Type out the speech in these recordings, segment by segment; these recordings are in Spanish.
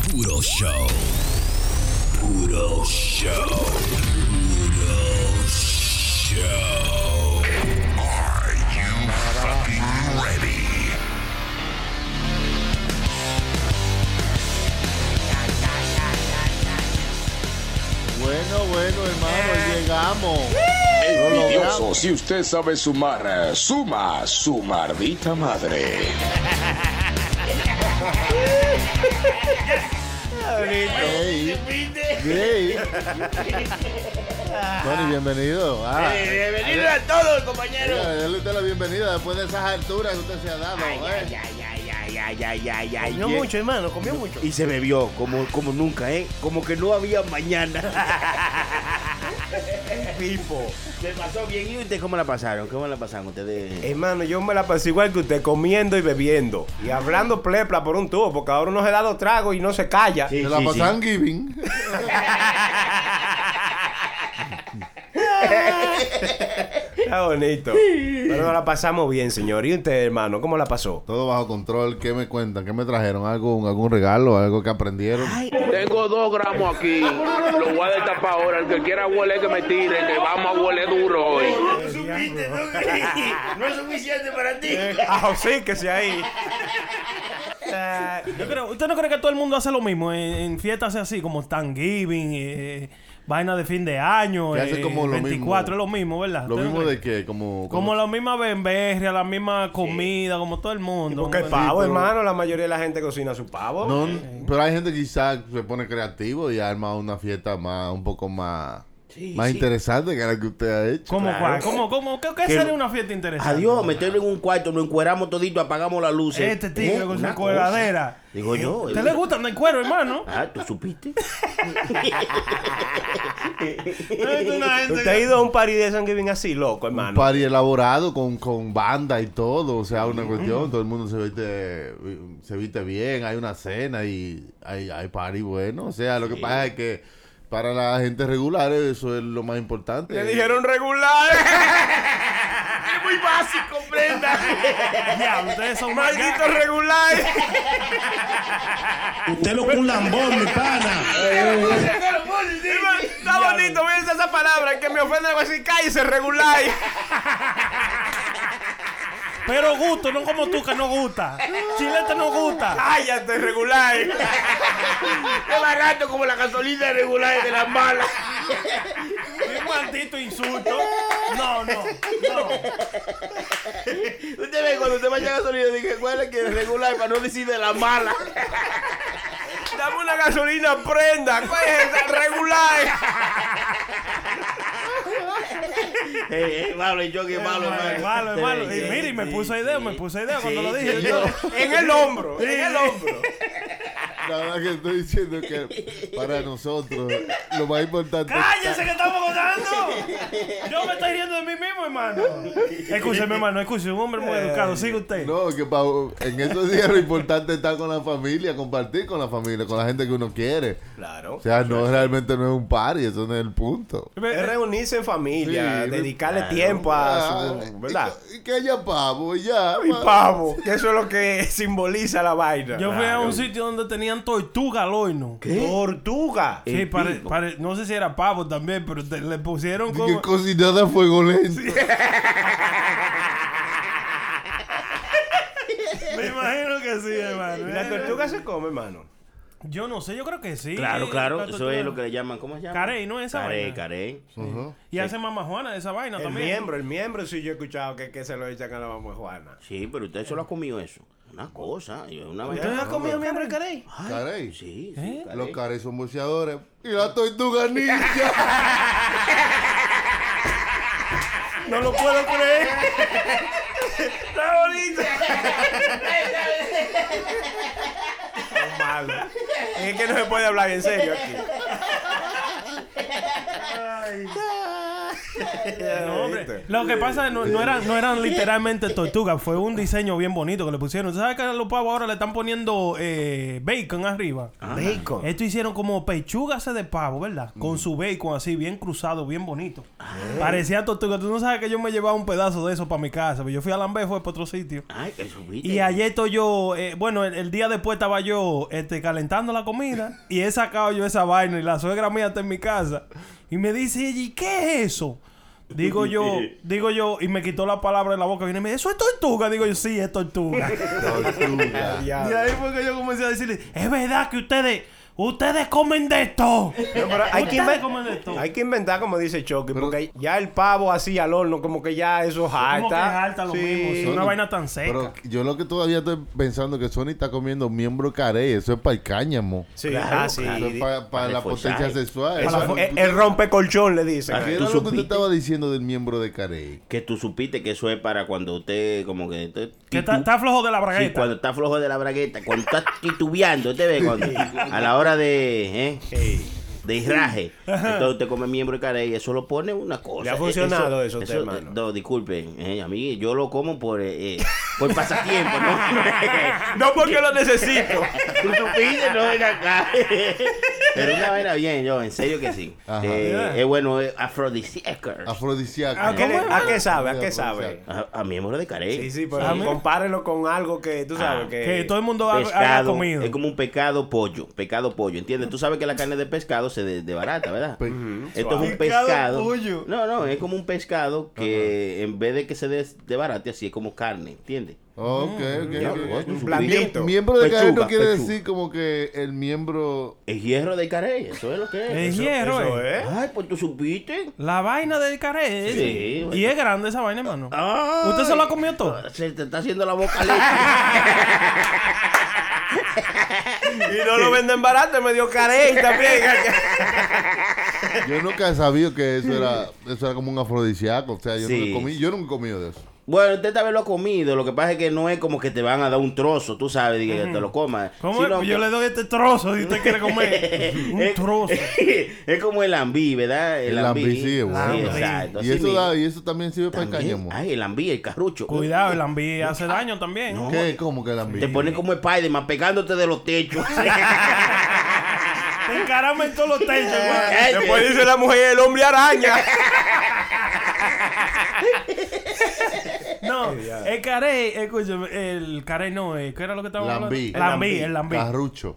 show. Puro show. Puro show. Are you fucking ready? Bueno, bueno, hermano, Eh. llegamos. Lo Envidioso, logramos. si usted sabe sumar, suma su mardita madre. Hey, hey. Bueno, y bienvenido. Ah, Bienvenidos a todos, compañeros. mira, dale usted la bienvenida después de esas alturas que usted se ha dado. Ay, ay, eh. ay, ay, ay, ay, ay, ay, ay. Comió eh. mucho, hermano, comió mucho. Y se bebió como, como nunca, ¿eh? Como que no había mañana. Pipo. Se pasó bien. ¿Y ustedes cómo la pasaron? ¿Cómo la pasaron ustedes? Hermano, yo me la pasé igual que usted, comiendo y bebiendo. Y hablando plepla por un tubo, porque ahora uno se da dos tragos y no se calla. Se la pasan giving. Está bonito. Pero nos la pasamos bien, señor. ¿Y usted, hermano, cómo la pasó? Todo bajo control. ¿Qué me cuentan? ¿Qué me trajeron? ¿Algo, ¿Algún regalo? ¿Algo que aprendieron? Tengo dos gramos aquí. Lo voy a destapar ahora. El que quiera huele que me tire, que vamos a huele duro hoy. No es suficiente para ti. Ah, sí, que sea ahí. Eh, yo creo- ¿Usted no cree que todo el mundo hace lo mismo? En, en fiestas así como Thanksgiving, eh, vaina de fin de año, Que hace eh, como lo mismo. 24, es lo mismo, ¿verdad? Lo ¿Usted no mismo cree? de que, como. Como la misma bemberria, la misma comida, como todo el mundo. Porque Como- pavo, pero- hermano, la mayoría de la gente cocina su pavo. No, pero hay gente que quizás se pone creativo y arma una fiesta más, un poco más, más interesante que la que usted ha hecho. ¿Cómo Claro. cuál? ¿Cómo, cómo? ¿Qué, qué Que- sería una fiesta interesante? Adiós, meterlo en un cuarto, nos encueramos todito, apagamos las luces. Este tigre Eh, con una su cosa. cueladera. Digo yo. eh. ¿Usted le gusta andar en cuero, hermano? Ah, ¿tú supiste? Es una gente ¿Usted ha que- ido a un party de Thanksgiving así, loco, hermano? Un party elaborado con, con banda y todo, o sea, Mm. una cuestión, todo el mundo se viste se viste bien, hay una cena y hay, hay party bueno, o sea, lo que pasa es que para la gente regular eso es lo más importante. Le dijeron regular. Ya, ustedes son más Maldito regular. Usted lo que un lambón, mi pana. Está bonito, voy a usar esa palabra. El que me ofende algo así, cállese, regular. Pero gusto, no como tú que no gusta. Chilete no gusta. Cállate, regular. Qué barato como la gasolina regular de las malas. Un maldito insulto. No, no, no. Usted ve cuando usted vaya a gasolina, dije, ¿cuál es que es regular para no decir de la mala? Dame una gasolina, prenda. ¿Cuál es esa? Regular. Eh, eh, malo, el choque es malo, Es hermano. malo, es malo. Sí, Y mira, y me sí, puso sí. idea, me puso idea cuando Sí, lo dije. sí, yo. En el hombro, en el hombro. La verdad que estoy diciendo que para nosotros lo más importante ¡Cállense que estamos contando! Yo me estoy riendo de mí mismo, hermano. Escúcheme, hermano, escúcheme. Un hombre muy educado. Sigue usted. No, que pa- en esos días lo importante es estar con la familia, compartir con la familia, con la gente que uno quiere. Claro. O sea, no realmente no es un party, eso no es el punto. Es reunirse en familia, Sí, dedicarle tiempo a Ah, su. ¿Verdad? y que- Y que haya pavo, y ya. Y pa- pavo, que eso es lo que simboliza la vaina. Yo fui a un sitio donde tenían tortuga al horno. Tortuga. Sí, pare- pare- no sé si era pavo también, pero te- le pusieron y que como... cocinada a fuego lento. Me imagino que sí, hermano. La tortuga se come, hermano. Yo no sé, yo creo que sí. Claro, La claro, eso tortuga. es lo que le llaman, ¿cómo se llama? Carey, ¿no? Esa Carey, vaina. carey. Ujú. Y hace mamá Juana de esa vaina El también. miembro, el miembro, sí, yo he escuchado que, que se lo echan a la mamá Juana. Sí, pero usted solo ha comido eso. Una cosa, y una ¿Usted no vaina. ha comido miembro de carey? Ay, Carey. Sí, sí, ¿Eh? carey. Los cares son boceadores. Y la tortuga ninja. No lo puedo creer. Está bonito. malo. Es que no se puede hablar en serio aquí. No, hombre. Lo que pasa es que no, no eran, no eran literalmente tortugas, fue un diseño bien bonito que le pusieron. ¿Tú sabes que a los pavos ahora le están poniendo eh, bacon arriba? Ah. Bacon. Esto hicieron como pechugas de pavo, ¿verdad? Con su bacon así, bien cruzado, bien bonito. Parecía tortuga. Tú no sabes que yo me llevaba un pedazo de eso para mi casa. pero Yo fui a Lambé, fue para otro sitio. Ay, que subiste. Y ayer estoy yo, eh, bueno, el, el día después estaba yo este, calentando la comida y he sacado yo esa vaina y la suegra mía está en mi casa y me dice, ella, ¿y qué es eso? Digo yo, digo yo, y me quitó la palabra de la boca. Viene y me dice, ¿eso es tortuga? Digo yo, sí, es tortuga. Tortuga. y ahí fue que yo comencé a decirle, es verdad que ustedes, ustedes comen de esto. Pero hay, que Ustedes inven- comen de esto. hay que inventar, como dice Chucky, porque ya el pavo así al horno, como que ya eso es alta. Como que es alta lo Sí. mismo, sí, una Sony, vaina tan seca. Pero yo lo que todavía estoy pensando que Sony está comiendo miembro carey, eso es para el cáñamo. Sí, Claro, ah, sí. claro. Eso es di- para, para la reforzar. potencia sexual. Eso Eso es- es- el, el rompecolchón le dicen. ¿Qué tú era lo que supiste. usted estaba diciendo del miembro de carey? Que tú supiste que eso es para cuando usted, como que. usted- que tú- está, está flojo de la sí, bragueta. cuando está flojo de la bragueta, cuando está titubeando, usted ve, cuando, a la hora de. ¿eh? De irraje. Entonces usted come miembro de carey, eso lo pone una cosa. ¿Le ha Eh, funcionado eso a usted, hermano? No, disculpen, eh, a mí yo lo como por, eh, eh, por pasatiempo, ¿no? No porque lo necesito. Tú supiste, no ven acá. Pero una vaina bien, yo, en serio que sí. Ajá. Eh, es bueno, es afrodisíaco. Afrodisíaco. ¿A qué, le- a qué sabe? ¿A qué pues, sabe? Afrodisíaco. A, a miembro de carey. Sí, sí, pero Sí. compárenlo con algo que tú sabes Ah, que. que todo el mundo ha- haya pescado comido. es como un pecado pollo, pecado pollo, ¿entiendes? Tú sabes que la carne de pescado se de- desbarata, ¿verdad? Pe- Esto es un Pecado pescado. pollo. No, no, es como un pescado que en vez de que se des- desbarate así es como carne, ¿entiendes? Ok, ok. ok. un blandito. Miembro de Pechuga, carey no quiere pechuga. decir como que el miembro. El hierro de carey, eso es lo que es. Es Eso- hierro, Eso eh. es. Ay, pues tú supiste. La vaina del caré. Sí, ¿eh? bueno. Ah, y es grande esa vaina, hermano. Ay. ¿Usted se lo ha comido todo? Ah, Se te está haciendo la boca leche. Y no lo venden barato, me dio carey también. Yo nunca he sabido que eso era, eso era como un afrodisíaco. O sea, yo, Sí. nunca, he comido- yo nunca he comido de eso. bueno, usted también lo ha comido. Lo que pasa es que no es como que te van a dar un trozo, tú sabes, diga, que te lo comas. ¿Cómo Sino es? Yo que- le doy este trozo si usted quiere comer. Un Es- trozo. es como el ambí, ¿verdad? El ambí, sí, es bueno. exacto. Y así eso, mismo. da- y eso también sirve para el También, cáñamo. Ay, el ambí, el carrucho. Cuidado, el ambi hace daño también. ¿Qué? ¿Cómo que el ambi? Te ponen como Spiderman pegándote de los techos. Te encarama en todos los techos, hermano. Ay, Después dice la mujer, el hombre araña. No, el caré, escúchame, el caré no, eh, ¿qué era lo que estaba hablando? Lambí. El lambí, el lambí. Carrucho.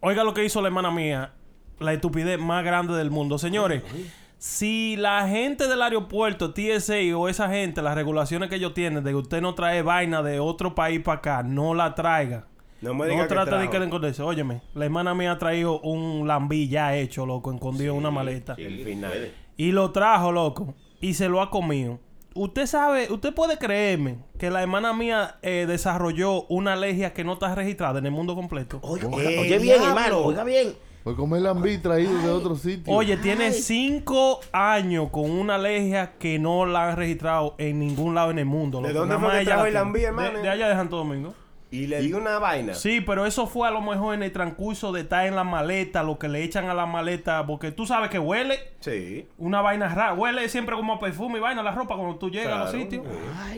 Oiga lo que hizo la hermana mía, la estupidez más grande del mundo. Señores, si la gente del aeropuerto, TSA o esa gente, las regulaciones que ellos tienen de que usted no trae vaina de otro país para acá, no la traiga. No me digas No que trata de trajo. quedar en condición. Óyeme, la hermana mía ha traído un lambí ya hecho, loco, escondido en una maleta. El final. Y lo trajo, loco. Y se lo ha comido. Usted sabe, usted puede creerme que la hermana mía eh, desarrolló una alergia que no está registrada en el mundo completo. Oye, Eh, oye, oye bien, diablo. hermano, oiga bien. Pues comer el lambí traído de otro sitio. Oye, tiene cinco años con una alergia que no la han registrado en ningún lado en el mundo. ¿De loco. dónde Nada fue más que ella trajo la el lambí, tiene. hermano? De, de allá de Santo Domingo. Y le di una vaina. Sí, pero eso fue a lo mejor en el transcurso de estar en la maleta, lo que le echan a la maleta, porque tú sabes que huele. Sí. Una vaina rara. Huele siempre como a perfume y vaina la ropa cuando tú llegas a los Claro. sitios.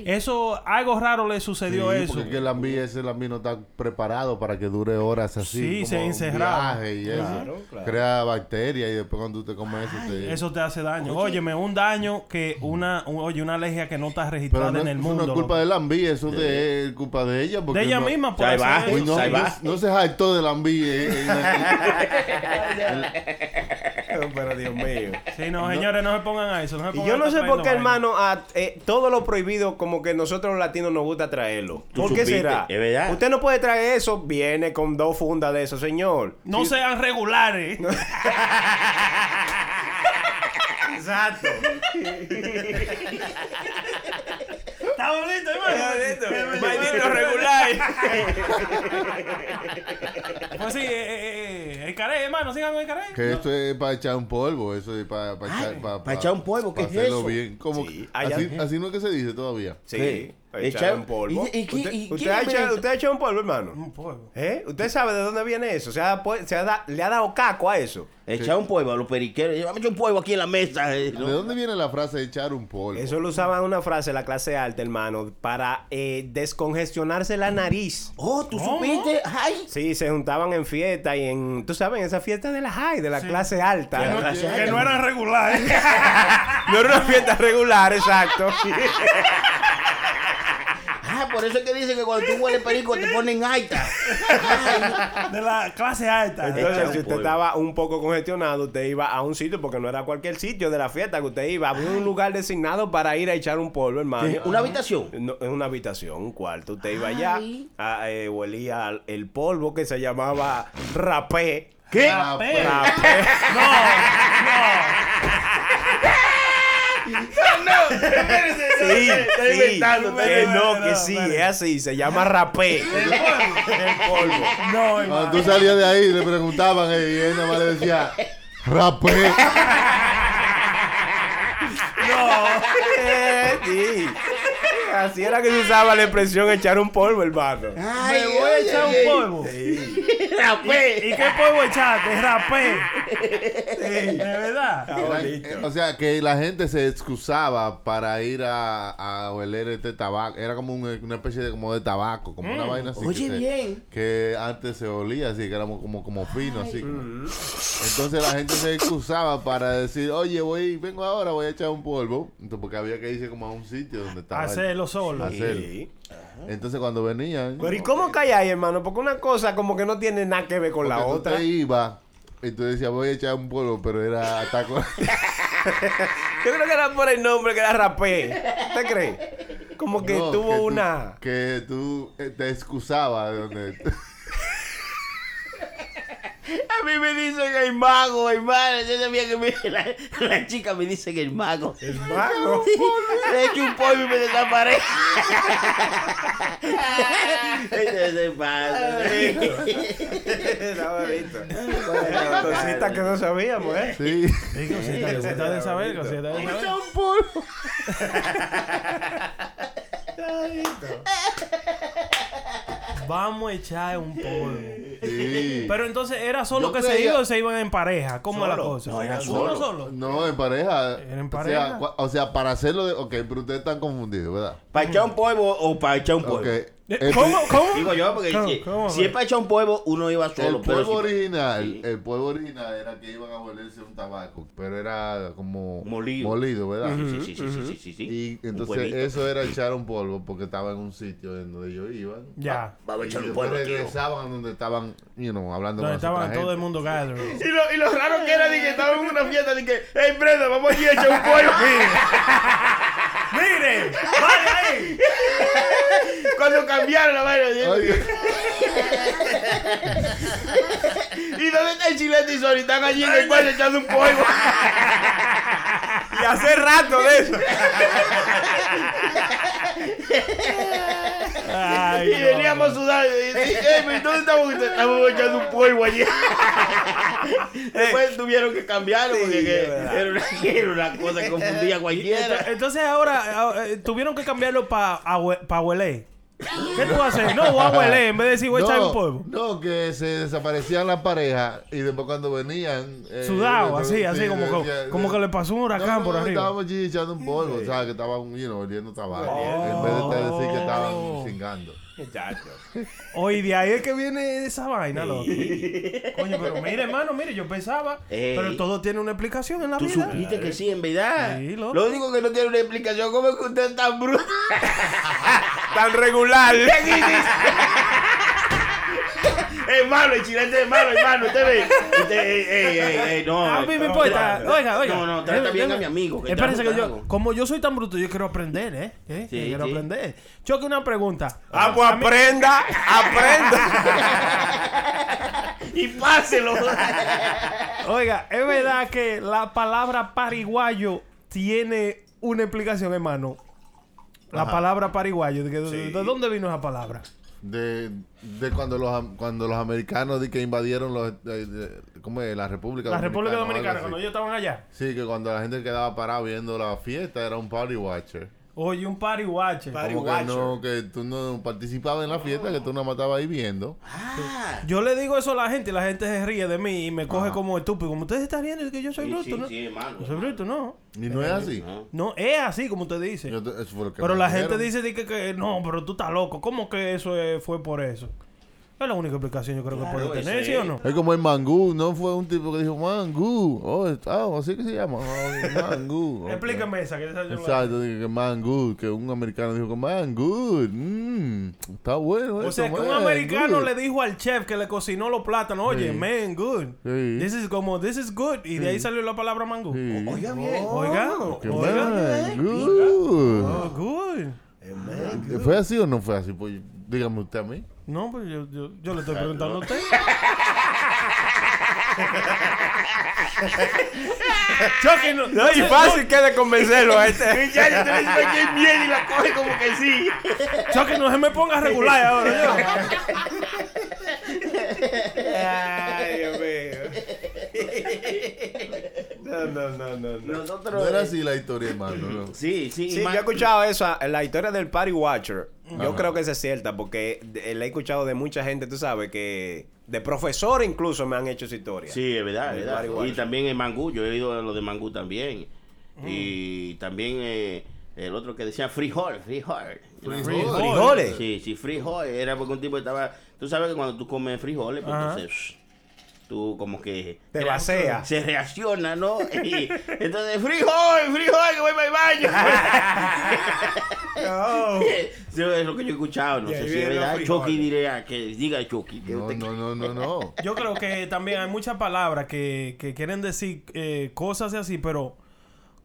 Eso, algo raro le sucedió Sí, eso. Porque es que el ambi, ese lambí no está preparado para que dure horas así. Sí, como se un encerraba. viaje y eso. Claro, claro. Crea bacterias y después cuando te comes eso te... Eso te hace daño. Óyeme, un daño que una, un- oye, una alergia que no está registrada Pero no, en el eso mundo. no es culpa loco. del ambi, eso de- es culpa de ella. Porque de ella no- misma, pues. por Ahí eso va. es- Uy, no, Ahí no- va. no se hartó del ambi. eh, eh, eh. Pero Dios mío. Sí, no, señores, no se pongan a eso. No se Eh, Y pongan yo a no estar sé por qué, trayendo vaina. hermano, a- eh, todo lo prohibido, como que nosotros los latinos nos gusta traerlo. Tú ¿Por qué supiste, será? es verdad. Usted no puede traer eso, viene con dos fundas de eso, señor. No sean regulares. Exacto. Está bonito, hermano. Maldito regular. Pues sí, eh, eh, eh, el caré, hermano, sigan con el caré. que esto es para echar un polvo, eso es para, para, echar, para, para echar un polvo, ¿qué es hacerlo eso? bien. Como Sí, que- allá- así, así no es que se dice todavía. Sí. Echar un polvo. ¿Y- y qué- ¿Usted, y usted quién ha hecho, inventó? usted ha echado un polvo, hermano? Un polvo. ¿Eh? ¿Usted sabe de dónde viene eso? Se ha, pu- se ha da- le ha dado caco a eso. Echar un polvo a los periqueros. Yo, Vamos a un polvo aquí en la mesa. eh, ¿no? ¿De dónde viene la frase de echar un polvo? Eso lo usaban una frase la clase alta, hermano, para eh, descongestionarse la nariz. Oh, ¿tú ¿Cómo? supiste? ¡Ay! Sí, se juntaban en fiesta y en, tú sabes, en esa fiesta de la high, de la clase alta. Que no, Gracias. que no eran regulares. No era una fiesta regular, exacto. Ah, por eso es que dicen que cuando tú hueles perico te ponen alta. Ay, de la clase alta. Entonces, Echar si un usted polvo. estaba un poco congestionado, usted iba a un sitio, porque no era cualquier sitio de la fiesta que usted iba, había un lugar designado para ir a echar un polvo, hermano. ¿Una habitación? No, en una habitación, un cuarto. Usted iba allá, a- eh, huelía al- el polvo que se llamaba rapé. Ah, ¿Qué? Rapero. Rapé. No, espérese, no, Sí, está sí, inventando, está que no, inventando, que sí, espérate. es así, se llama rapé. El polvo. No, hermano. Cuando tú salías de ahí le preguntaban eh, y él nomás le decía, rapé. Eh, sí. Así era que se usaba la expresión echar un polvo, hermano. ay, Me voy a oye, echar un oye. polvo. Rapé. ¿Y qué polvo echaste? Rapé. De verdad. eh, o sea, que la gente se excusaba para ir a, a oler este tabaco. Era como un- una especie de, como de tabaco, como Mm. una vaina así. Oye, que se- bien. que antes se olía así, que éramos como, como fino, así. como- Entonces la gente se excusaba para decir, oye, voy, vengo ahora, voy a echar un polvo. Entonces, porque había que irse como a un sitio donde estaba. el- Hacerlo solo. hacerlo. Sí. Entonces cuando venían... Pero ¿y cómo cae ahí, hermano? Porque una cosa como que no tiene nada que ver con la Porque tú otra. te iba y tú decías, voy a echar un polvo, pero era ataco. Yo creo que era por el nombre que era rapé. ¿Usted cree? Como que No, tuvo tú- una. que tú eh, te excusabas de donde. A mí me dicen el mago, hermano. Yo sabía que me- la, la chica me dice que el mago. El mago. Le echo un polvo y me desaparece. Eso se pasa. Estaba bonito. Cositas que no sabíamos, ¿eh? Sí. Sí, cosita, cosita de saber, cosita de saber. Vamos a echar un polvo. sí. Pero entonces era solo Yo que se creía- iban se iban en pareja. ¿Cómo era la cosa? No, era ¿Uno solo. solo? No, en pareja. Era en O sea, pareja. cua- O sea, para hacerlo. De... Ok, pero ustedes están confundidos, ¿verdad? ¿Para echar un polvo o para echar un polvo? Ok. Este, Eh, El ¿Cómo? pri- ¿Cómo? Digo yo, porque ¿Cómo? si, ¿Cómo? si es para echar un polvo, uno iba solo. El pero polvo si- original, Sí. el polvo original era que iban a volverse un tabaco, pero era como Molido. ¿verdad? Sí, sí, sí, sí, sí, sí, sí. Y Un entonces polvito. eso era echar un polvo porque estaba en un sitio en donde ellos iban. Ya. Vamos a Y echar un después polvo, tío. regresaban a donde estaban, you know, hablando Donde con esa estaba otra todo el gente. mundo gathering. Y lo, y lo raro que era de que estaba en una fiesta de que, hey Brenda, vamos allí a echar un pollo. ¡Mire! ¡Vale ahí! Cuando cambiaron la vaina. dije, Oye, ¿Y dónde está el chilete y Sony? Están allí en el cuarto echando un polvo. Y hace rato de eso. Ay, Y no. veníamos sudando. Y, y, "Ey, men, ¿dónde estamos? Estamos echando un polvo allí. Después tuvieron que cambiarlo porque Sí, que- es verdad. Era una, era una cosa que confundía a cualquiera. Entonces ahora ah, eh, tuvieron que cambiarlo para pa huele. ¿Qué tú haces? No, voy a huele en vez de decir voy a echar un polvo. no, que se desaparecían las parejas y después cuando venían. eh, Sudado, así, sí, así, como, como, decía- como que le pasó un huracán No, por no, arriba. Estábamos allí echando un polvo, o sea, que estaban you know, oliendo tabaco. En vez de decir que estaban cingando. Oye, de ahí es que viene esa vaina, loco. Coño, pero mire, hermano, mire, yo pensaba. Ey. Pero todo tiene una explicación en la Tú vida. supiste que sí, en verdad. Sí, loco. Lo único que no tiene una explicación, ¿cómo es que usted es tan bruto? Tan regular. Es malo, el chilete es malo, hermano. Usted ve. Usted, ey, ey, ey, ey, no. A mí me no, importa. no, no. Oiga, oiga. No, no, trata Deme, bien a deme. mi amigo. que Espérense está que yo, buscando. como yo soy tan bruto, yo quiero aprender, ¿eh? ¿Eh? Sí, Yo quiero sí. aprender. Choque una pregunta. Ah, pues aprenda, aprenda. Y páselo. Oiga, es verdad que la palabra pariguayo tiene una explicación, hermano. La palabra pariguayo, ¿de, que- de dónde vino esa palabra? De, de cuando los am- cuando los americanos di que invadieron los eh, de- ¿cómo es? la República La República o algo Dominicana, así. cuando ellos estaban allá. Sí, que cuando la gente quedaba parada viendo la fiesta era un party watcher. Oye, un party watcher. Party Como que watcher. no, que tú no participabas en la fiesta, que tú no matabas ahí viendo. Yo le digo eso a la gente y la gente se ríe de mí y me coge como estúpido. Como ustedes están viendo que yo soy Sí, bruto, sí, ¿no? sí, hermano. Yo soy bruto, no. Y no es así. No, es así como usted dice. Yo te- eso fue lo que Pero me la gente dijeron. dice di que, que no, pero tú estás loco. ¿Cómo que eso eh, fue por eso? Es la única explicación yo creo que Claro, puede tener, ese- ¿sí o no? Es como el mangú, no fue un tipo que dijo mangú. Oh, es- ah, así que se llama. oh, mangú. Explícame esa que esa yo la- Exacto, dije que mangú, que un americano dijo que mangú. mm, está bueno O sea, que un americano le dijo al chef que le cocinó los plátanos, oye, Sí. man, good. Sí. This is como, this is good. Y de ahí salió la palabra mango. Oiga, Oiga, que oiga. mangú. Oh, good. ¿Fue así o no fue así? Pues dígame usted a mí. No, pues yo, yo, yo le estoy preguntando a usted. Chucky, no, No, y fácil que de convencerlo a este. Muchacho, tú le dices que es bien y la coge como que sí. Chucky, no se me ponga regular ahora. yo. Ay, Dios mío. No, no, no, no, no. Nosotros. No era así la historia, hermano. no. Sí, sí. Sí, yo man- he escuchado eso, la historia del Party Watcher. Yo creo que esa es cierta porque de- la he escuchado de mucha gente, tú sabes, que de profesor incluso me han hecho esa historia. Sí, es verdad, El es verdad. Barry White. Y también el mangú, yo he ido a lo de mangú también. Mm. Y también eh, el otro que decía frijol, frijol. Frijoles. Frijoles. Sí, sí, frijol. Era porque un tipo estaba. Tú sabes que cuando tú comes frijoles, pues Ajá. entonces. Tú como que. Te vacea. Se reacciona, ¿no? Y entonces, frijol, frijol, que voy para el baño. No. Eso es lo que yo he escuchado, no Y ahí sé si es vienen los verdad. frijoles. Chucky diría que diga Chucky. que No, usted- no, no, no, no. Yo creo que también hay muchas palabras que, que quieren decir eh, cosas y así, pero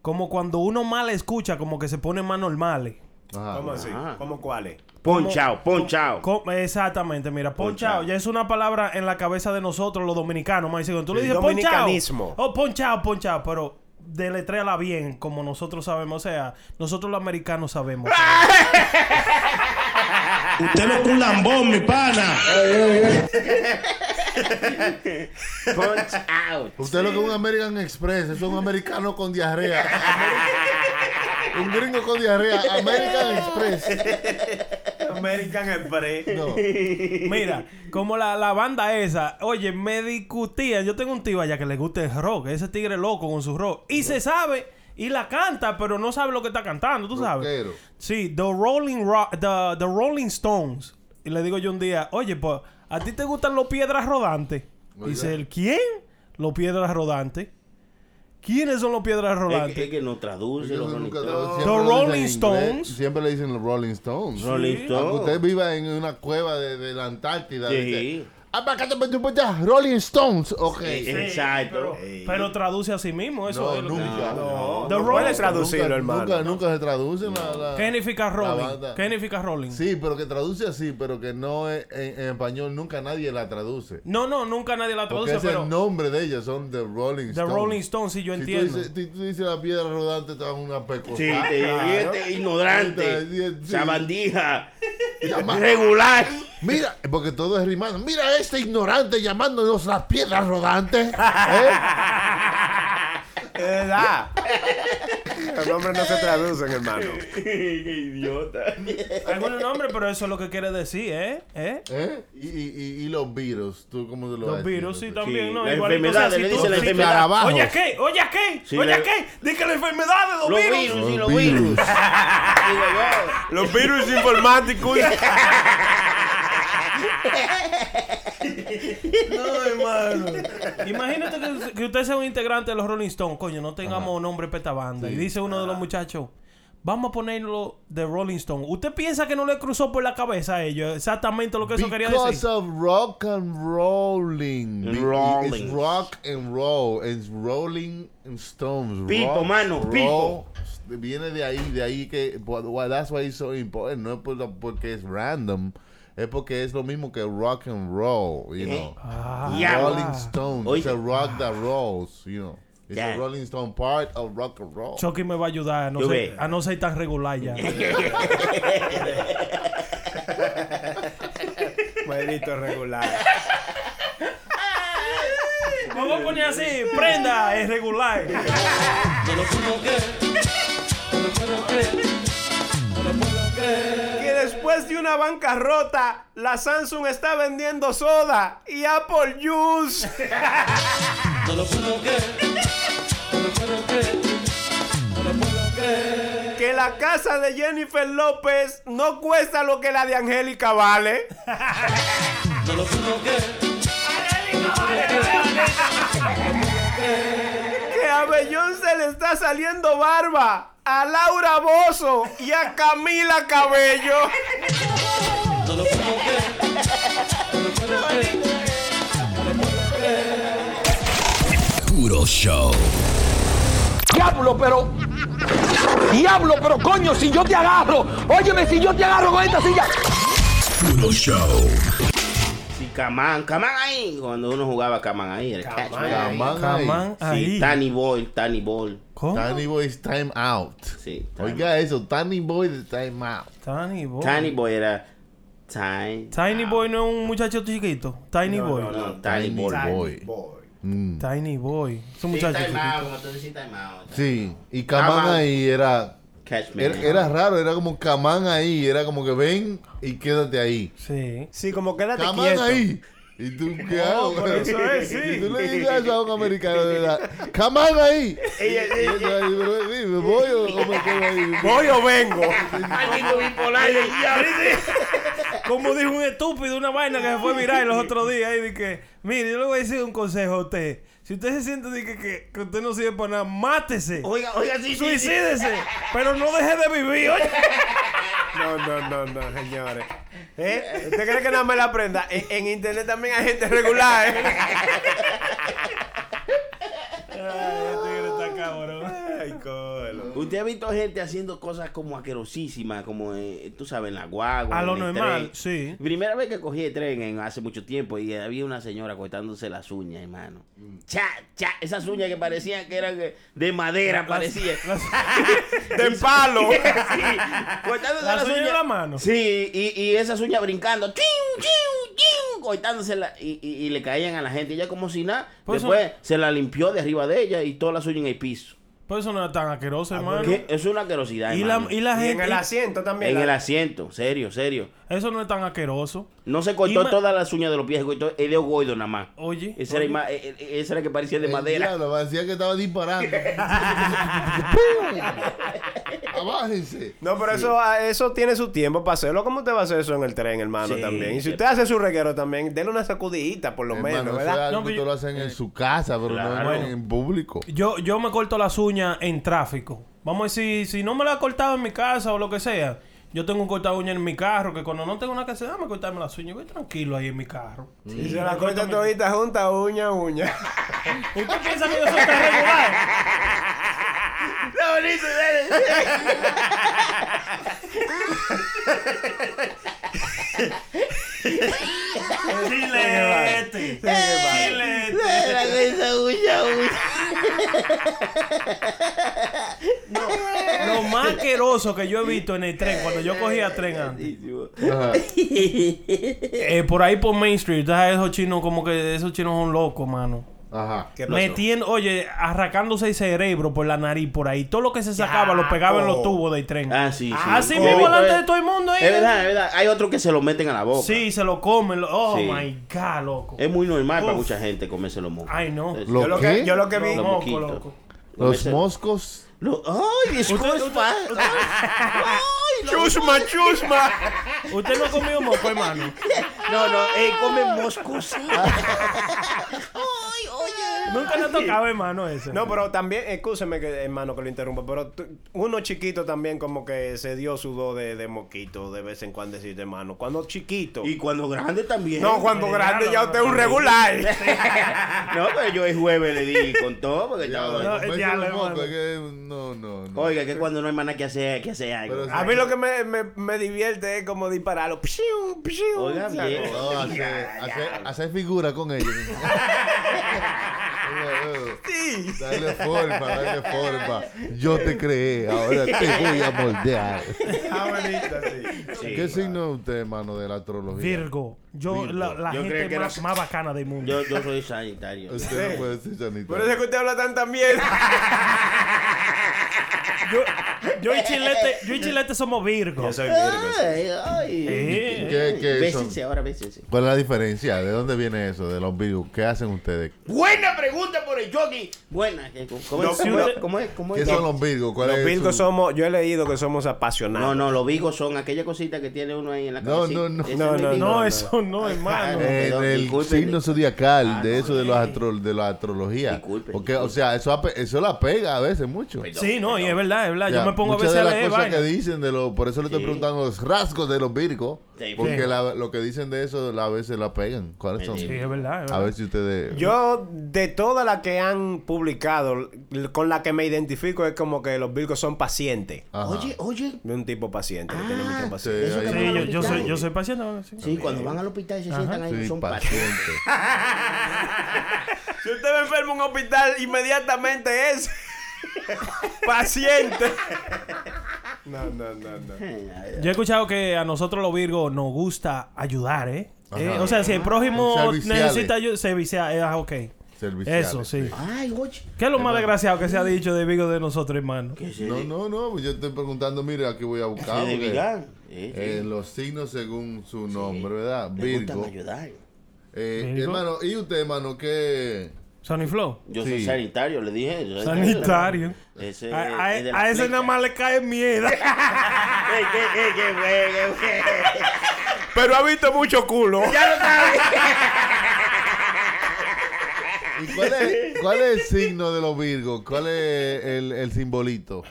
como cuando uno mal escucha, como que se pone más eh. normales. Ajá. ¿Cómo así? ¿Cómo cuáles? Ponchao, ponchao. Co- exactamente, mira, ponchao, Ponchao. ya es una palabra en la cabeza de nosotros los dominicanos, más cuando tú le El dices ponchao. dominicanismo. Oh, ponchao, ponchao, pero deletréala bien como nosotros sabemos, o sea, nosotros los americanos sabemos. Usted lo que un lambón, mi pana. Punch out. Usted lo que es un American Express, es un americano con diarrea. un gringo con diarrea, American Express. American Express. No. Mira, como la, la banda esa, oye, me discutían. Yo tengo un tío allá que le gusta el rock, ese tigre loco con su rock. Y se sabe, y la canta, pero no sabe lo que está cantando, tú sabes. Rockero. Sí, The Rolling, Ro- the, the Rolling Stones. Y le digo yo un día, oye, pues, ¿a ti te gustan los piedras rodantes? Oiga. Dice él, ¿quién? Los piedras rodantes. ¿Quiénes son los piedras Es rodantes? que, es que no traduce Ellos los nunca Rolling traducen, The siempre lo dicen en Rolling inglés, Stones. Siempre le dicen los Rolling Stones. Rolling Aunque Stone. usted viva en una cueva de, de la Antártida. Sí. dice, "Ah, para acá, para allá, para allá, Rolling Stones. Ok. Exacto. Pero traduce a sí mismo eso. No, es lo que- nunca. No, The no Rolling puedes Stone. traducirlo, nunca, hermano. Nunca, nunca se traduce la- la- ¿Qué significa banda. rolling? ¿Qué significa rolling? Sí, pero que traduce así, pero que no es- en, en español nunca nadie la traduce. No, no, nunca nadie la Porque traduce, ese es pero el nombre de ellos, son The Rolling The Stones. Rolling Stones, sí, yo Si entiendo. tú dices, si tú dices la piedra rodante, te dan una pecosada. Sí, te- este ignorante, Sí. sabandija, Llama- regular. Mira, porque todo es rimando. Mira este ignorante llamándonos las piedras rodantes. ¿eh? Es verdad. Los nombres no se traducen, hermano. Qué idiota. eh, Algunos nombres, pero eso es lo que quiere decir, ¿eh? ¿Eh? ¿Eh? Y, y- y- y los virus, ¿tú cómo te lo vas a Los decir? virus, sí, también, Sí, ¿no? la Igualito, enfermedad, o sea, si le tú- dicen la si te- enfermedad. Carabajos. Oye, ¿qué? Oye, ¿qué? Sí, Oye, le- ¿qué? Dice que la enfermedad de los, Los virus. virus Los y los virus. virus. Digo yo. Los virus informáticos. Imagínate que, que usted sea un integrante de los Rolling Stones, coño, no tengamos nombre para esta banda. Y dice uno de Ah. los muchachos, vamos a ponerlo de Rolling Stone. ¿Usted piensa que no le cruzó por la cabeza a ellos exactamente lo que eso quería Because decir? of rock and rolling. And Be- rolling. It's rock and roll. It's rolling and stones. Pipo, rock, mano, roll. Viene de ahí, de ahí que. but- well, that's why it's so important. No es por lo- porque es random. Es porque es lo mismo que rock and roll, you know. Eh. Ah. Ya. Rolling Stone. Oye. It's a rock that rolls, you know. It's Ya. a Rolling Stone part of rock and roll. Chucky me va a ayudar a no, Yo ser, ve. a no ser tan regular ya. Maldito regular. Vamos a poner así, prenda es regular. No lo puedo creer. No lo puedo creer. de una bancarrota, la Samsung está vendiendo soda y Apple Juice. Que la casa de Jennifer López no cuesta lo que la de Angélica vale. Que a Bellón se le está saliendo barba, a Laura Bozo y a Camila Cabello. Puro Show. Diablo, pero. Diablo, pero coño, si yo te agarro. Óyeme, si yo te agarro con esta silla. Puro Show. Sí, Camán, Camán ahí. Cuando uno jugaba Camán ahí, el catch. Camán. man. Camán Sí, ahí. Tiny Ball, Tiny Ball. ¿Cómo? Tiny Boy's Time Out. Sí, Tiny, Oiga eso, Tiny Boy de Time Out. Tiny Boy. Tiny Boy era Tiny. Tiny Boy no es un muchacho chiquito. Tiny Boy. No, no, Tiny Ball. Boy. Mm. Tiny Boy. Es un Sí, muchacho Time Out, chiquito. como tú dices, Time Out. Sí, y Camán Camán. ahí era, Catch me. era. era raro, era como Camán ahí. Era como que ven y quédate ahí. Sí. Sí, como quédate Camán quieto. ahí. ¿Y tú qué hago? por eso es, sí. Y tú le dices eso a un americano, de verdad. ¡Camán ahí! Y eso ahí, pero, sí, ¿Me voy o o me quedo ahí? Voy o vengo. Como dijo un estúpido, una vaina que se fue a mirar los otros días y dije, mire, yo le voy a decir un consejo a usted. Si usted se siente de que, que- que usted no sirve para nada, mátese. Oiga, oiga, sí, sí, sí. Suicídese. Pero no deje de vivir, oye. No, no, no, no, señores. ¿Eh? ¿Usted cree que nada más la aprenda? En, en internet también hay gente regular, ¿eh? este Ay, colo. Usted ha visto gente haciendo cosas como asquerosísimas, como eh, tú sabes, en la guagua. A lo en el normal, tren. sí. Primera vez que cogí el tren en- hace mucho tiempo y había una señora cortándose las uñas, hermano. Cha, cha, esas uñas que parecían que eran eh, de madera, parecía. De palo. Sí, cortándose Las uñas en la mano. Sí, y, y esas uñas brincando, chiu, chiu, chiu, cortándose la- y, y- y le caían a la gente. Ella como si nada. Por eso- Después se la limpió de arriba de ella y todas las uñas en el piso. Por eso no era tan asqueroso, hermano. ¿Qué? Es una asquerosidad. Y la, hermano. y la Ah, Y en gente. el asiento también. En la- el asiento, serio, serio. Eso no es tan asqueroso. No se Y cortó ma- todas las uñas de los pies, se cortó el dedo gordo nada más. Oye, Esa era, oye. ima- eh, eh, esa era que parecía de El madera. diablo, parecía que estaba disparando. Abájense. No, pero eso, ah, eso tiene su tiempo para hacerlo. ¿Cómo te va a hacer eso en el tren, hermano? Sí. también. Y si usted hace su reguero también, déle una sacudidita, por lo menos, Hermano, eso es ¿verdad? algo No, que tú pero yo- lo hacen en su casa, pero no en- en público. Yo, yo me corto las uñas en tráfico. Vamos a decir, si no me la he cortado en mi casa o lo que sea, yo tengo un corta uña en mi carro, que cuando no tengo nada que hacer, dame cortarme las uñas. Voy tranquilo ahí en mi carro. Y se la corta todita junta, uña, a uña. ¿Usted piensa que yo soy tan regular? ¡Chilete! ¡Chilete! Lo más asqueroso que yo he visto en el tren, cuando yo cogía tren antes. Ajá. Eh, por ahí por Main Street, tú sabes, esos chinos como que esos chinos son locos, mano. Ajá. Metiendo, oye, arrancándose el cerebro por la nariz, por ahí. Todo lo que se sacaba lo pegaba en los tubos del tren. Ah, sí, sí. Así Yo he mismo visto delante eso. de todo el mundo ahí. Es verdad, es verdad. Hay otros que se lo meten a la boca. Sí, se lo comen. lo- Oh Sí. my god, loco. Es muy normal para Uf. mucha gente comerse los mocos. Ay, no. Es- Lo- Yo lo ¿Qué? que, yo lo que los vi. moco, moquitos. loco. Los Comerse- moscos. lo- ¡Ay, disculpa! Ah, ¡Ay, los- Chusma, chusma. Usted no ha comido moco, hermano. No, no, eh, come moscos. Ah. Nunca le ha tocado, hermano, eso. No, pues, pero también, escúcheme, que, hermano, que lo interrumpa, pero tú- uno chiquito también como que se dio su do de, de moquito de vez en cuando decirte, hermano, cuando chiquito. Y cuando grande también. no, cuando grande ya usted es un regular. No, pero yo el jueves le di con todo porque estaba. No, Comerse ya, los hermano. moscos, es que no, no, no. Oiga, que cuando no hay más nada que hacer, que hacer algo. Pero sí. A mí lo que me, me, me divierte es como dispararlo. Pshiu, pshiu, Oiga, o sea, bien. como- No, hacer, hacer, hacer figura con ellos. Sí. Dale forma, dale forma. Yo te creé, ahora te voy a moldear. Ah, bonito, sí. ¿Qué signo es usted, hermano, de la astrología? Virgo. Yo, Virgo. la, la Yo gente creí que más, era- más bacana del mundo. Yo, yo soy sanitario. Este, Usted no puede ser sanitario. Por eso es que usted habla tanta mierda. yo, yo y Chilete, yo y Chilete somos Virgo. Yo soy Virgo. sí. Ay, ay. Eh, pues. ¿Qué- qué Bésense son? ahora, bésense. ¿Cuál es la diferencia? ¿De dónde viene eso? ¿De los virus? ¿Qué hacen ustedes? Buena pregunta por el jockey. Buena. que- ¿Cómo, No, es? ¿Cómo no. es? ¿Cómo es? ¿Cómo ¿Qué es? son los virgos? ¿Cuál Pues Los es Virgos su- somos, yo he leído que somos No, apasionados. no, los vigos son aquella cosita que tiene uno ahí en la No, cabecita. no, no. Ese No, es no, el no, vigo. eso no, hermano. Eh, En Perdón, el disculpen. signo zodiacal, Ah, de no, eso de, los astro- de la astrología. Disculpen, Porque, disculpen. o sea, eso, ape- eso la pega a veces mucho. Sí, no, y es verdad, es verdad. O sea, Ah, Yo me pongo a muchas veces a de leer las cosas vaina. que dicen de lo, por eso le estoy Sí. preguntando los rasgos de los virgos, Sí. porque la- lo que dicen de eso la- a veces la pegan. ¿Cuáles son? Sí, Sí, es verdad. es A verdad. ver si ustedes Yo, de todas las que han publicado, l- con la que me identifico es como que los Virgos son pacientes. Ajá. Oye, oye. De un tipo paciente, que tiene Ah, mucha Sí, paciencia. eso ahí- que Sí, van yo, al yo soy, hospital. yo soy paciente. ¿no? Sí. Sí, cuando van al hospital y se sientan ahí, Sí, son pacientes. paciente. Si usted me enferma en un hospital, inmediatamente es paciente. No, no, no, no. Yo he escuchado que a nosotros los virgos nos gusta ayudar, ¿eh? Ajá. Eh, o sea, Ah, si el prójimo Serviciales. necesita ayuda, se vicia, eh, ah, ok. Serviciales, Eso, sí. Ay, oye. ¿Qué es lo más desgraciado que se ha dicho de Virgo de nosotros, hermano? No, no, no, pues yo estoy preguntando, mire, aquí voy a buscar. Se porque, debilgan. Sí, sí. eh, los signos según su nombre, ¿verdad? Me gustan Virgo. ayudar. Eh, Virgo. Hermano, ¿y usted, hermano, qué? Sonny Flow. Yo Sí. soy sanitario, le dije. yo soy Sanitario. Ese A, a- e- es de la a ese flecha. nada más le cae miedo. Ey, qué, qué, qué, güey, qué, güey. Pero ha visto mucho culo. ¿Y cuál es, cuál es el signo de los virgos? ¿Cuál es el, el simbolito?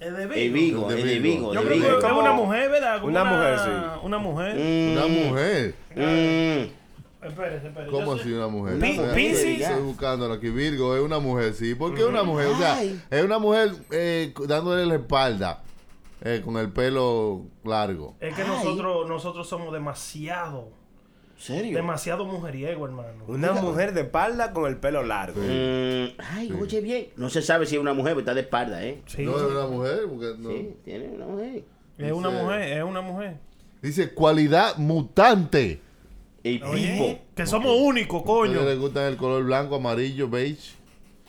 El Vigo, De el de Vigo. Vigo. Yo de creo que Vigo. es una mujer, ¿verdad? Como Una mujer, sí. Una mujer. Una mujer. Mm, Espérese, espérese. ¿Cómo Yo así una mujer? Pi- Estoy- Piscis. Estoy buscándolo aquí. Virgo es una mujer, sí. ¿Por qué una mujer? O sea, Ay. es una mujer eh, dándole la espalda eh, con el pelo largo. Es que Ay. nosotros, nosotros somos demasiado, ¿Serio? demasiado mujeriego, hermano. Una mujer de espalda con el pelo largo. Mm, ay, oye bien. No se sabe si es una mujer, pero está de espalda, ¿eh? Sí. No es una mujer. Porque no- Sí, tiene una mujer. es una dice- mujer, es una mujer. Dice cualidad mutante. El Oye, tipo. que somos únicos, ¿A coño. ustedes les gusta el color blanco, amarillo, beige?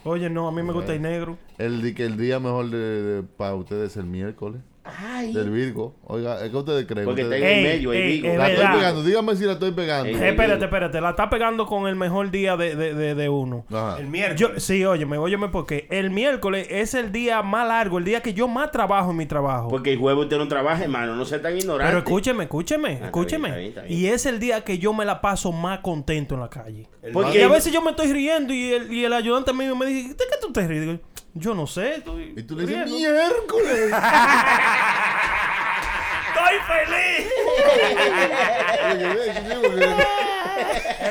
Oye, no, a mí me gusta el negro. El, di- que el día mejor de, de- para ustedes es el miércoles. Ay. Del Virgo. Oiga, ¿qué ustedes creen? Porque está en Ustedes- Ey, el medio, el ey, Vigo. es La estoy verdad. pegando. Dígame si la estoy pegando. Ey. Eh, Espérate, espérate, la está pegando con el mejor día de, de, de, de uno. Ajá. Yo, sí, óyeme, óyeme, porque el miércoles es el día más largo, el día que yo más trabajo en mi trabajo. Porque el jueves usted no trabaja, hermano. No sea tan ignorante. Pero escúcheme, escúcheme, Ah, está escúcheme. bien, está bien, está bien. Y es el día que yo me la paso más contento en la calle. Porque Y a veces yo me estoy riendo y el, y el ayudante mío me dice, ¿de qué tú te ríes? Digo, yo no sé, estoy Y tú le dices, riendo". miércoles. ¡Estoy feliz! es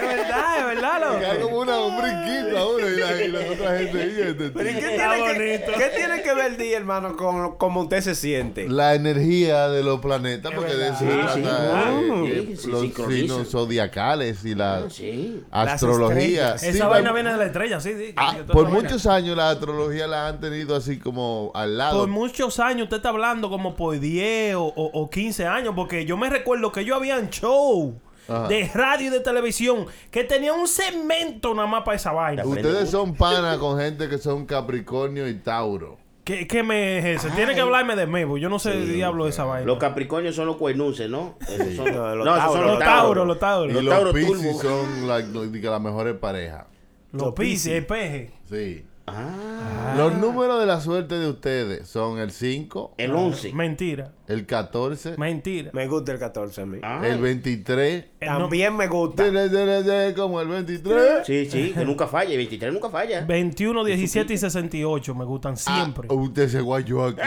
verdad, es verdad, loco. Cae como una hombriquita uno y la, y la otra gente. y este Pero ¿y tipo. ¿Qué Está tiene, que, bonito. ¿Qué tiene que ver el día, hermano, con cómo usted se siente? La energía de los planetas, porque de eso se verdad. Sí, trata, sí. eh, Ah, eh, sí, se los sincronizan. signos zodiacales y la Sí. astrología. estrellas. Sí, Esa va- vaina viene de la estrella, sí. sí, Ah, sí, toda por esa vaina. muchos años la astrología la han tenido así como al lado. Por muchos años usted está hablando como por 10 o, o- o 15 años, porque yo me recuerdo que yo habían show Ajá. de radio y de televisión que tenía un segmento nada más para esa vaina. Uy. Ustedes son panas con gente que son Capricornio y Tauro. Que, que me se Ah, tiene eh. que hablarme de mí, porque yo no sé el diablo de esa vaina. Los capricornios son los cuernuces, ¿no? Esos son No, los esos son Tauros, Los Y Tauros, los Tauros. Los los, Tauro Piscis Turbo. son la- lo- diga, las mejores parejas. Los Pisces, el peje. Sí. Ah, Los números de la suerte de ustedes son el 5, el 11. Mentira, el 14, mentira. Me gusta el 14 a mí. Ah, el 23. Eh, no, También me gusta. Dele, dele, dele, Como el 23. Sí, sí, que nunca falla. El 23 nunca falla. 21, 17 y 68 me gustan siempre. Ah, usted se guayó aquí.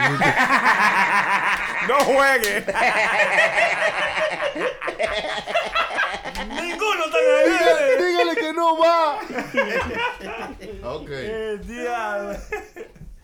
No juegue. Ninguno dígale, dígale que no va. ok.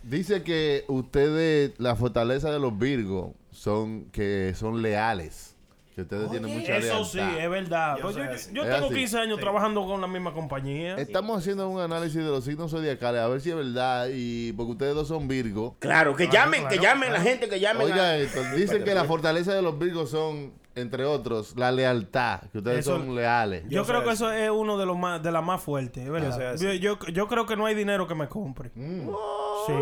Dice que ustedes, la fortaleza de los Virgos son que son leales. Que ustedes tienen mucha lealtad. Eso sí, es verdad. Pues Yo, yo- yo Es tengo así. 15 años trabajando con la misma compañía. Estamos haciendo un análisis de los signos zodiacales, a ver si es verdad, y porque ustedes dos son Virgos. Claro, que llamen, que llamen la gente, que llamen. a- Oiga eh, esto, dicen que la fortaleza de los Virgos son, entre otros, la lealtad, que ustedes Eso- son leales. Yo, sé creo que eso. eso es uno de los más de las más fuertes, es sé ¿verdad? eso. Mm. Yo, yo, yo creo que no hay dinero que me compre. Sí.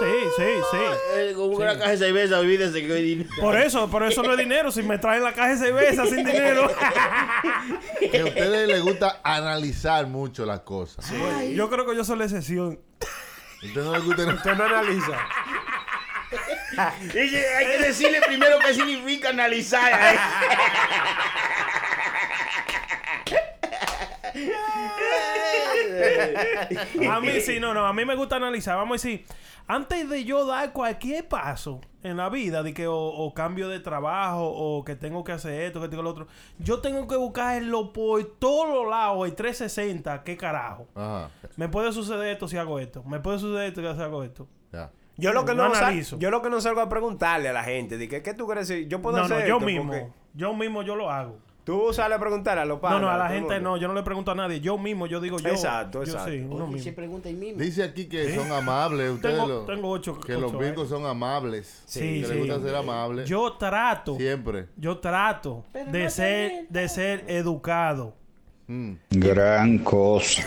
Sí, sí, sí. Eh, Con una caja de cerveza, olvídese que hoy dinero. Por eso, por eso no es dinero. Si me traen la caja de cerveza sin dinero. Que a ustedes les gusta analizar mucho las cosas. Yo creo que yo soy la excepción. A ustedes no les gusta Usted no analiza. Dice, Hay que decirle primero qué significa analizar. ay. A mí sí, no, no. A mí me gusta analizar. Vamos a decir, antes de yo dar cualquier paso en la vida, de que o, o cambio de trabajo, o que tengo que hacer esto, que tengo lo otro, yo tengo que buscarlo por todos lados, el 360, qué carajo. Ajá, Me puede suceder esto si hago esto. Me puede suceder esto si hago esto. ya. Yo lo que no, No sal- analizo. yo lo que no salgo a preguntarle a la gente, de que, ¿qué tú crees? Yo puedo No, hacer no, yo esto? mismo. Porque Yo mismo yo lo hago. Tú sales a preguntar a los No, padres. no, a la gente no. Yo no le pregunto a nadie. Yo mismo, yo digo yo. Exacto, yo exacto. sí, uno Y se mismo. pregunta ahí mismo. Dice aquí que son amables. Ustedes ¿Eh? Tengo- lo- tengo ocho- Que ocho ¿eh? los virgos son amables. Sí, que sí. les gusta ser amables. Yo trato, Siempre. yo trato de ser, de ser educado. Mm. Gran cosa.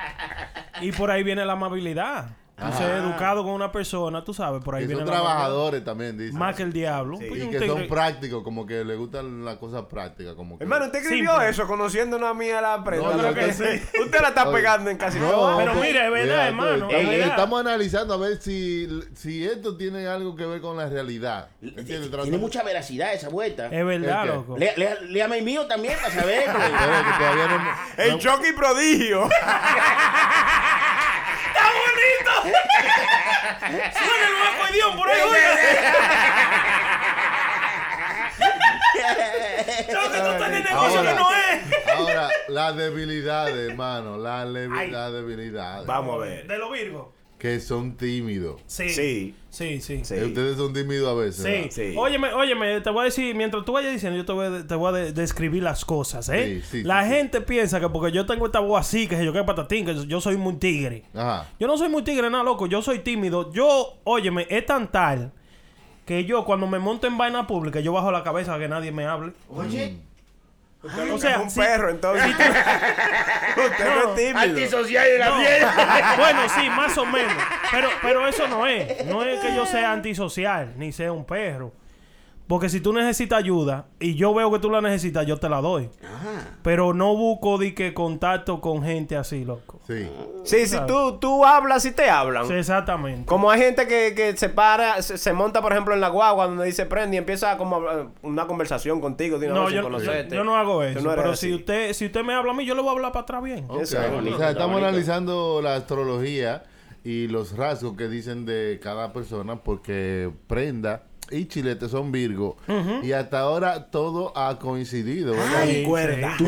Y por ahí viene la amabilidad. Tú ser educado con una persona, tú sabes, por Ah. ahí Que viene son la amabilidad. trabajadores también, dice. Más que el diablo. Pues Y un que son tigre- prácticos, como que les gustan las cosas prácticas. Como que... Hermano, usted escribió Simple. eso conociéndonos a mí a la prensa. No, Yo no, creo que usted sí. Usted la está Oye, pegando en casi no, todo. Pero pues, mira, es verdad, mira, hermano, esto- es eh, verdad. Estamos analizando a ver si, si esto tiene algo que ver con la realidad. ¿Entiendes? Tiene mucha veracidad esa vuelta. Es verdad, ¿El qué? loco. Le- le- Léame el mío también para saber. Pero que todavía no- El no- Chucky prodigio. ¡Suena el nuevo acordeón por ahí, oiga! Yo que tú estás en el negocio Ahora. que no es. Ahora, las debilidades, hermano. Las, le- las debilidades. Vamos a ver. De los virgos. Que son tímidos. Sí. Sí. Sí, sí. Sí. Eh, Ustedes son tímidos a veces. Sí. ¿verdad? Sí. Óyeme, óyeme, te voy a decir, mientras tú vayas diciendo, yo te voy, a- te voy a de- describir las cosas, Sí, ¿eh? sí, la sí, sí. gente piensa que porque yo tengo esta voz así, que yo que patatín, que yo soy muy tigre. Ajá. Yo no soy muy tigre, nada, loco. Yo soy tímido. Yo, óyeme, es tan tal que yo cuando me monto en vaina pública, yo bajo la cabeza a que nadie me hable. Oye, o Es un sí- perro, entonces. Usted no es tímido. antisocial de la piel. bueno, sí, más o menos. Pero, pero eso no es. No es que yo sea antisocial, ni sea un perro. Porque si tú necesitas ayuda y yo veo que tú la necesitas, yo te la doy. Pero no busco de que contacto con gente así, loco. Sí. Sí, si tú, tú hablas y te hablan. Sí, exactamente. Como hay gente que, que se para, se, se monta, por ejemplo, en la guagua donde dice prende y empieza como a hablar- una conversación contigo de una No, vez sin yo, yo, conocerte. yo no hago eso. Tú no eres pero así. si usted, si usted me habla a mí, yo le voy a hablar para atrás bien. Ok. Está bonito, o sea, está estamos bonito. analizando la astrología y los rasgos que dicen de cada persona, porque Prenda y Chilete son Virgo. Y hasta ahora todo ha coincidido. ¿verdad? Sí, sí.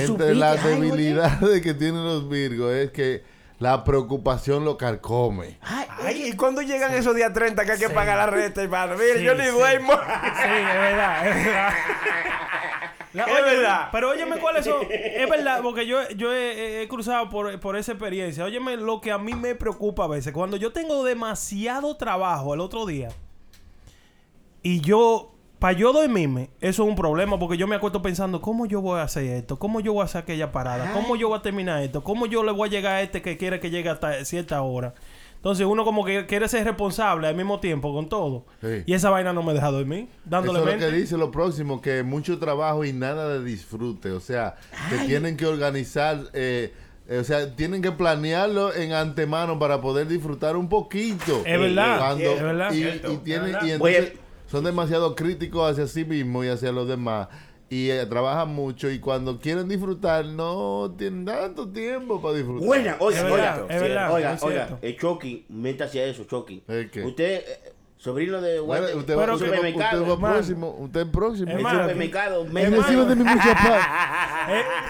Entre las debilidades que tienen los Virgos es que la preocupación lo carcome. Ay, ¿y cuándo llegan esos días 30 que hay que pagar la renta, hermano? Mira, Sí, yo ni sí. duermo. Sí, es verdad, es verdad. La- Es oye, verdad. Pero óyeme cuáles son. Es verdad, porque yo, yo he, he- he cruzado por, por esa experiencia. Óyeme lo que a mí me preocupa a veces. Cuando yo tengo demasiado trabajo el otro día y yo, para yo dormirme, eso es un problema porque yo me acuesto pensando, ¿cómo yo voy a hacer esto? ¿Cómo yo voy a hacer aquella parada? ¿Cómo yo voy a terminar esto? ¿Cómo yo le voy a llegar a este que quiere que llegue hasta cierta hora? Entonces uno como que quiere ser responsable al mismo tiempo con todo. Sí. Y esa vaina no me deja dormir, Eso dándole es lo mente. que dice lo próximo, que mucho trabajo y nada de disfrute. O sea, que tienen que organizar, eh, eh, o sea, tienen que planearlo en antemano para poder disfrutar un poquito. Eh, Es verdad, Cuando- es verdad. Y, Cierto, y tienen, es verdad. y Voy a- entonces son demasiado críticos hacia sí mismos y hacia los demás. Y eh, trabajan mucho y cuando quieren disfrutar no tienen tanto tiempo para disfrutar. Buena, oiga, Es oiga, verdad, es verdad, oiga, es oiga, cierto. el Chucky, métase a eso, Chucky. ¿El qué? Usted, eh, sobrino de Bueno, Walter, usted, Pero va, un que- usted va- usted va supermercado, hermano. próximo, usted es próximo. el Hermano, supermercado, El métase- vecino de mi muchacha.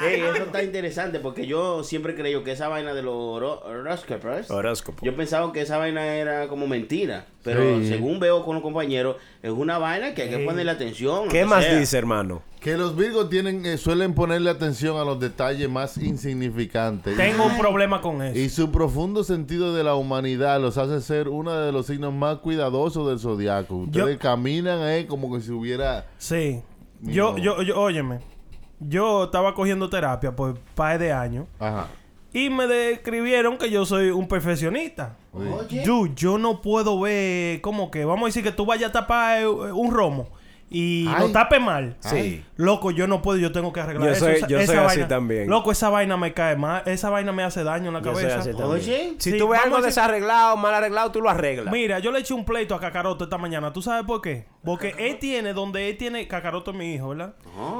Eh, Ey, eso está interesante porque yo siempre creí que esa vaina de los horo- horóscopos, Horóscopo. yo pensaba que esa vaina era como mentira, pero Sí. según veo con los compañeros, es una vaina que hay que ponerle atención. ¿Qué aunque más sea. dice, hermano? Que los virgos tienen, eh, suelen ponerle atención a los detalles más insignificantes. tengo un problema con eso. Y su profundo sentido de la humanidad los hace ser uno de los signos más cuidadosos del zodiaco. Ustedes Yo- caminan eh, como que si hubiera. Sí. Ni Yo, modo. yo, yo, óyeme. Yo estaba cogiendo terapia por par de años. Ajá. Y me describieron que yo soy un perfeccionista. Dude, yo no puedo ver como que, vamos a decir que tú vayas a tapar eh, un romo y lo Ay. tapes mal. Sí. Loco, yo no puedo, yo tengo que arreglar Yo eso. soy- esa- yo esa soy así vaina. también. Loco, esa vaina me cae mal. Esa vaina me hace daño en la Yo soy cabeza. así también. Oye, Si Sí, tú ves vamos algo a decir- desarreglado, mal arreglado, tú lo arreglas. Mira, yo le eché un pleito a Cacaroto esta mañana. ¿Tú sabes por qué? Porque él tiene donde él tiene Cacaroto es mi hijo, ¿verdad?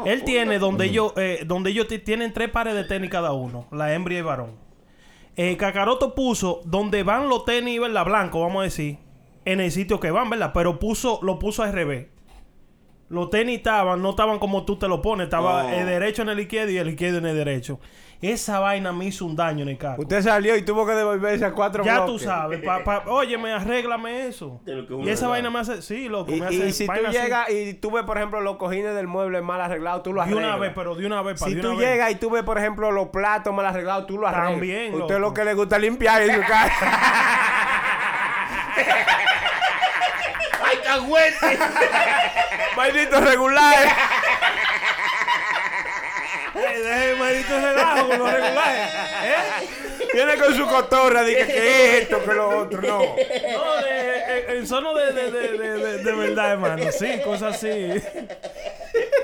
él tiene donde ellos eh, donde ellos ti- tienen tres pares de tenis cada uno, la hembra y el varón. Eh, Cacaroto puso donde van los tenis, ¿verdad? Blanco, vamos a decir, en el sitio que van, ¿verdad? Pero puso lo puso al revés. Los tenis estaban, no estaban como tú te lo pones, estaba Oh. el derecho en el izquierdo y el izquierdo en el derecho. Esa vaina me hizo un daño en el carro. Usted salió y tuvo que devolverse a cuatro Ya tú bloques. sabes, pa, pa, óyeme, arréglame eso. De lo que uno Y esa le vaina da. me hace, sí, loco, Y, me y hace si tú vaina así. llegas y tú ves, por ejemplo, los cojines del mueble mal arreglados, tú lo de arreglas. una vez, pero de una vez, pa, Si de tú una vez. llegas y tú ves, por ejemplo, los platos mal arreglados, tú lo arreglas. También, Usted loco. lo que le gusta es limpiar en su casa. ¡Ay, cagüete! Maldito regular. Eh, deje el maldito relajo con los regulares. ¿Eh? Viene con su cotorra, dice que esto, que lo otro. No. No, de- eh, en sono de, de, de, de, de- de verdad, hermano. Sí, cosas así.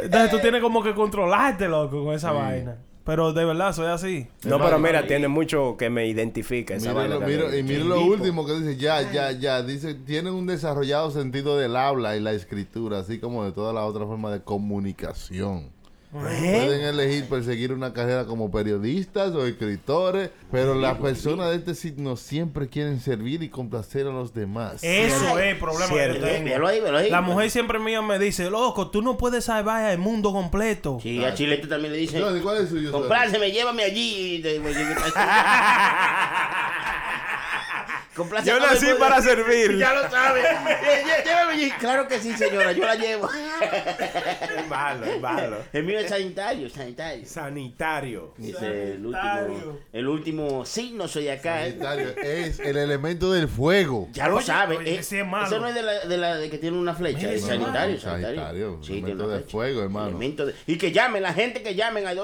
Entonces tú tienes como que controlarte, loco, con esa vaina. Pero de verdad, soy así. No, pero mira, tiene mucho que me identifica esa Mira vaina lo- mira- también. y mira lo último que dice, ya, ya, ya. Dice, tienen un desarrollado sentido del habla y la escritura, así como de todas las otras formas de comunicación. Pueden elegir perseguir una carrera como periodistas o escritores, pero las pues personas de este signo siempre quieren servir y complacer a los demás. Eso es el problema que yo Cierto. tengo. Velo ahí, velo ahí. La mujer siempre mía me dice, loco, tú no puedes salvar al mundo completo. Sí, a Chilete también le dicen. Johnny, ¿Cuál es el suyo? Compláceme, llévame allí. y pues, te- Compláceme, Yo nací porque- para servir. Ya lo sabes. Lle- lle- Llévame allí. Claro que sí, señora, yo la llevo. Es malo, es malo. El mío es sanitario, sanitario. Sanitario. Dice el último, Sanitario. el último signo soy acá. ¿eh? Sagitario, Es el elemento del fuego. Ya lo Oye, sabes. oye, eh. ese es malo. Eso no es de la, de la de que tiene una flecha. Mira, Es ese es sanitario, malo. Sanitario, sanitario. elemento tiene una de flecha. fuego, hermano. Elemento de- Y que llamen, la gente que llamen al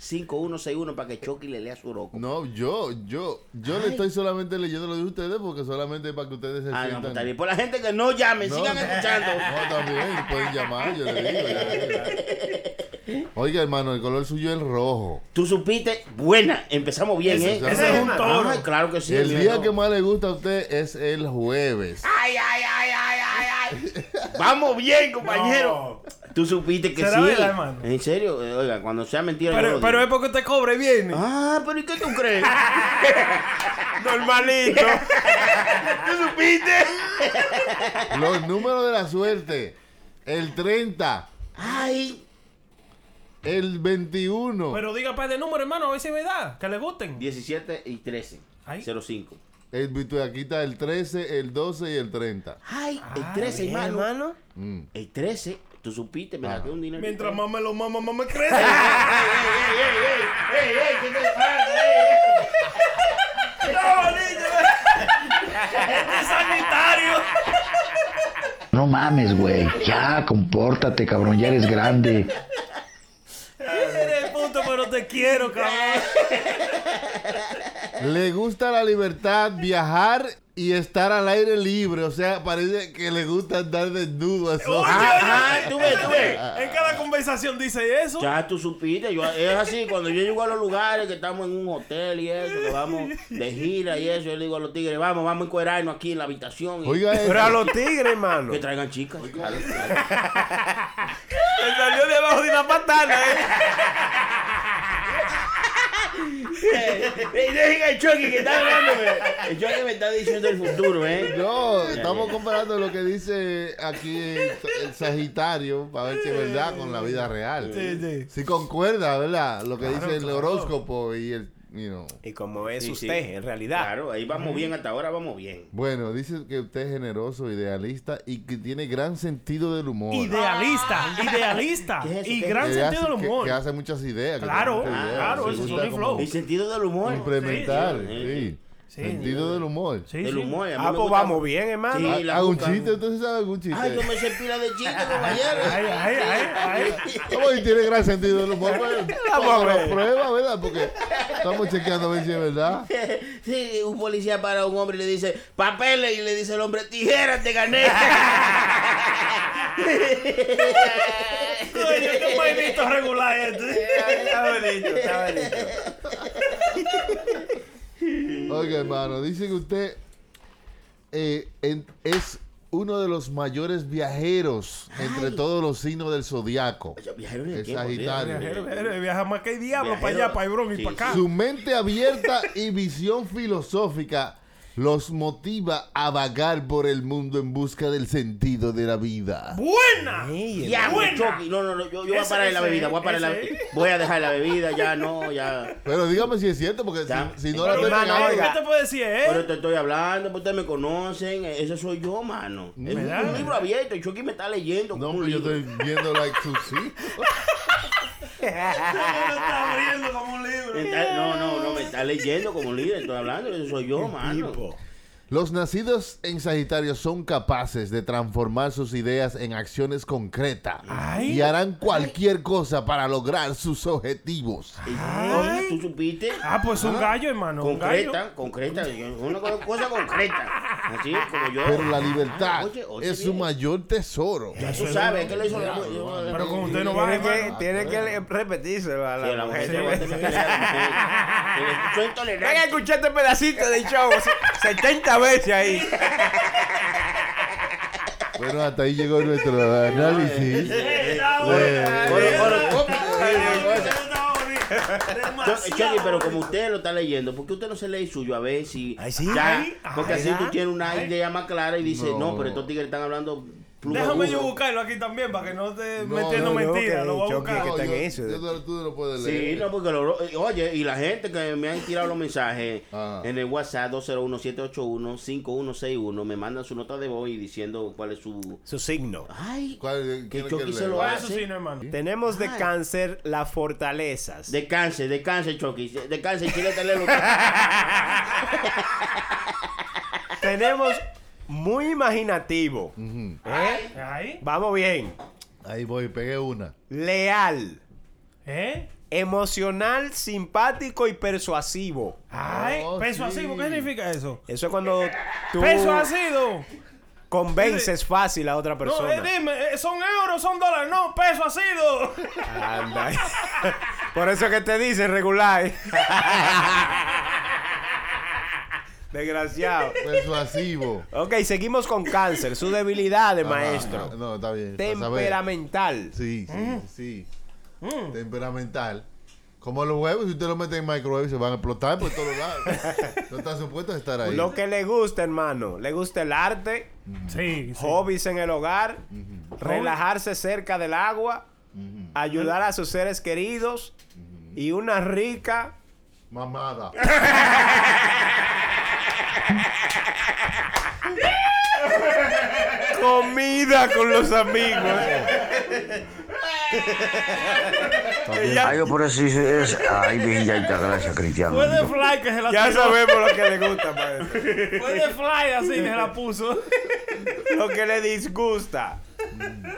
201-781-5161 para que Chucky le lea su roco. No, yo, yo, yo le estoy solamente leyendo lo de ustedes porque solamente es para que ustedes se Ah, no, sientan. pues está bien. Por la gente que no llame, No, Pues sigan no. escuchando. No, también pueden llamar, yo le digo. ya. Oiga, hermano, el color suyo es el rojo. Tú supiste, buena, empezamos bien, Ese- ¿eh? ese es un toro. Ay, claro que sí. el mío día no. que más le gusta a usted es el jueves. Ay, ay, ay, ay, ay, ay. Vamos bien, compañero. Tú supiste que ¿Será sí. verdad, hermano? En serio, eh, oiga, cuando sea mentira, yo Pero, lo pero es digo. porque te cobre bien. Ah, pero ¿y qué tú crees? Normalito. ¿Tú supiste? Los números de la suerte. El 30, Ay, el 21, Pero diga par de número, hermano, a ver si es verdad. Que le gusten. 17 y 13. Ay. 05. el virtud- aquí está el 13, el 12 y el 30. Ay, el 13, hermano. Mm. El 13, tú supiste, me Ah. saqué un dinero. Mientras más me lo mama, más me crece. Este No mames, güey. Ya, compórtate, cabrón. Ya eres grande. Eres puto, pero te quiero, cabrón. Le gusta la libertad, viajar y estar al aire libre. O sea, parece que le gusta andar desnudo. Eso. Ah, ah, tú ves, tú ves. En cada conversación dice eso. Ya tú supiste, yo, es así, cuando yo llego a los lugares que estamos en un hotel y eso, que vamos de gira y eso, yo le digo a los tigres, vamos, vamos a encuerarnos aquí en la habitación. y- Oiga, este- Pero a eso. los tigres, hermano. que traigan chicas. Claro, claro. Se salió debajo de una patana, eh. Ey, dejen al Chucky que está hablándome. El Chucky me está diciendo el futuro, ¿eh? No, estamos comparando lo que dice aquí el, el Sagitario para ver si es verdad con la vida real. Sí, sí. Si concuerda, ¿verdad? Lo que dice el horóscopo y el. you know. Y como es Sí, sí. usted, en realidad. Claro, ahí vamos bien, hasta ahora vamos bien. Bueno, dice que usted es generoso, idealista y que tiene gran sentido del humor. Idealista, Ah. idealista. ¿Qué es eso? Y ¿Qué Que gran hace- sentido del que- humor. Que, hace muchas ideas. que Claro, tiene muchas claro, sí, eso sí, son está mi como flow. El sentido del humor. Complementar, Sí, sí. Sí. Sentido del humor. Sí, El sí. humor. a mí Ah, me pues gusta- vamos bien, hermano. Sí, la ¿Algún buscan. chiste? ¿Entonces sabe algún chiste? Ay, yo me sé pila de chiste, caballero. Ay, ay, ay, ay. Vamos, y tiene gran sentido del humor. Bueno, Vamos a ver. la prueba, ¿verdad? Porque estamos chequeando a ver si es verdad. Sí, un policía para a un hombre y le dice, papeles, y le dice el hombre, tijeras, te gané. Coño, qué vainito regular este. Está bonito, está bonito. Ok, hermano, dice que usted eh, en- es uno de los mayores viajeros entre todos los signos del zodiaco. Yo viajero en el Es tiempo, sí. Sagitario. Viajero, viajero, Viaja más que el diablo para allá, Viajero. para Hebrón y Sí, para acá. Su mente abierta y visión filosófica los motiva a vagar por el mundo en busca del sentido de la vida. ¡Buena! Diablo, Buena. Chucky. No, no, no, yo, yo voy a Ese, parar la ese, bebida, voy a parar la ese. Voy a dejar la bebida, ya no, ya. Pero dígame si es cierto, porque Ya. si, si no la Pero, estoy hermano, pegando- hermano, oiga. ¿qué te puedo decir, Pero eh? te estoy hablando, pues ustedes me conocen, eh, eso soy yo, mano. Es un, ¿Verdad? pues, un libro abierto, y Chucky me está leyendo. No, como un pero yo libro. estoy viendo like sus hijos. Lo está abriendo como un libro. Me está- no, no, no, me está leyendo como un libro, estoy hablando, eso soy yo, mano. Los nacidos en Sagitario son capaces de transformar sus ideas en acciones concretas Ay. y harán cualquier cosa para lograr sus objetivos. Y- Ay. ¿Tú supiste? Ah, pues un gallo, hermano. un gallo. Concreta, concreta, una co- cosa concreta. Así como yo. Pero la libertad Ah, oye, oye, es su bien. mayor tesoro. Ya Tú sabes que lo hizo la mujer. Pero con usted no va, Tiene que, hermano. tiene que repetírselo a la, Sí, la mujer mujer. se aguanta esa pelea de la mujer. Que le- Soy intolerante. Venga, escuché este pedacito de show se- 70 veces ahí. Bueno, hasta ahí llegó nuestro análisis. Está buena, Coro- eh. coro- coro- Está bonito. Cho- Chucky, pero como usted lo está leyendo, ¿por qué usted no se lee el suyo a ver si Ay, sí. ya? Ay, porque ay, así tú ay. tienes una idea más clara y dices, no, No. pero estos tigres están hablando pluma Déjame dura". yo buscarlo aquí también para que no te No, metiendo no, no, mentiras. que Lo voy a choque, que buscar. No, está en yo- eso. yo no- tú no lo puedes Sí, leer. no, porque lo- oye, y la gente que me han tirado los mensajes Ajá. en el WhatsApp 201-781-5161 me mandan su nota de voz y diciendo cuál es su. Su signo. Ay, ¿Cuál- que quién es que Chucky se lee? lo Por eso hace. sí, no, hermano. Tenemos de Ay. cáncer las fortalezas. Descanse, descanse, Chucky. Descanse, chile, lo Tenemos muy imaginativo. ¿Eh? Ahí. Vamos bien. Ahí voy, pegué una. Leal. ¿Eh? Emocional, simpático y persuasivo. Ay, Oh, peso sí. asivo, ¿qué significa eso? Eso es cuando tú Peso asido. convences fácil a otra No, eh, persona. dime, eh, son euros, son dólares, no, peso asido. Anda. Por eso que te dicen regular. Desgraciado. Persuasivo. Ok, seguimos con cáncer. Su debilidad de maestro. Ajá, No, está bien. para saber. Temperamental. Sí, sí, Mm. sí. Temperamental. Como los huevos, si usted los mete en microondas se van a explotar por todos lados. no están supuestos a estar ahí. Lo que le gusta, hermano. Le gusta el arte, Sí, hobbies en el hogar, relajarse cerca del agua, ayudar a sus seres queridos y una rica. Mamada. Comida con los amigos. Algo por así es. Ay, bien, ya está, gracias, Cristiano. Fue de fly que se la Ya tiró. sabemos lo que le gusta, maestro. Fue de fly así que se la puso. Lo que le disgusta.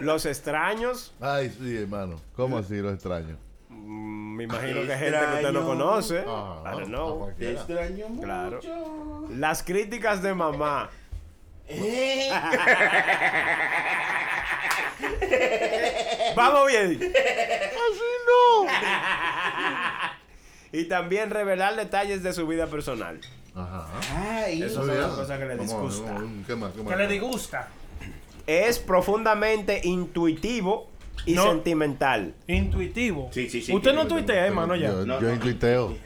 Los extraños. Ay, sí, hermano. ¿Cómo así lo extraño? mm, Me imagino que gente que usted no Extraño. conoce. Ah, I don't a know. Este- cualquiera. extraño mucho. Claro. Las críticas de mamá. Eh, Vamos bien. Así no. Y también revelar detalles de su vida personal. Ajá. ay, Eso es una cosa que le Vamos, disgusta. vamos, ¿Qué más? ¿Qué más? Que le disgusta. Es profundamente intuitivo y No. sentimental. Intuitivo. Sí, sí, sí. Usted no Yo- tuitea, hermano, ya. Yo, No, yo no. intuiteo.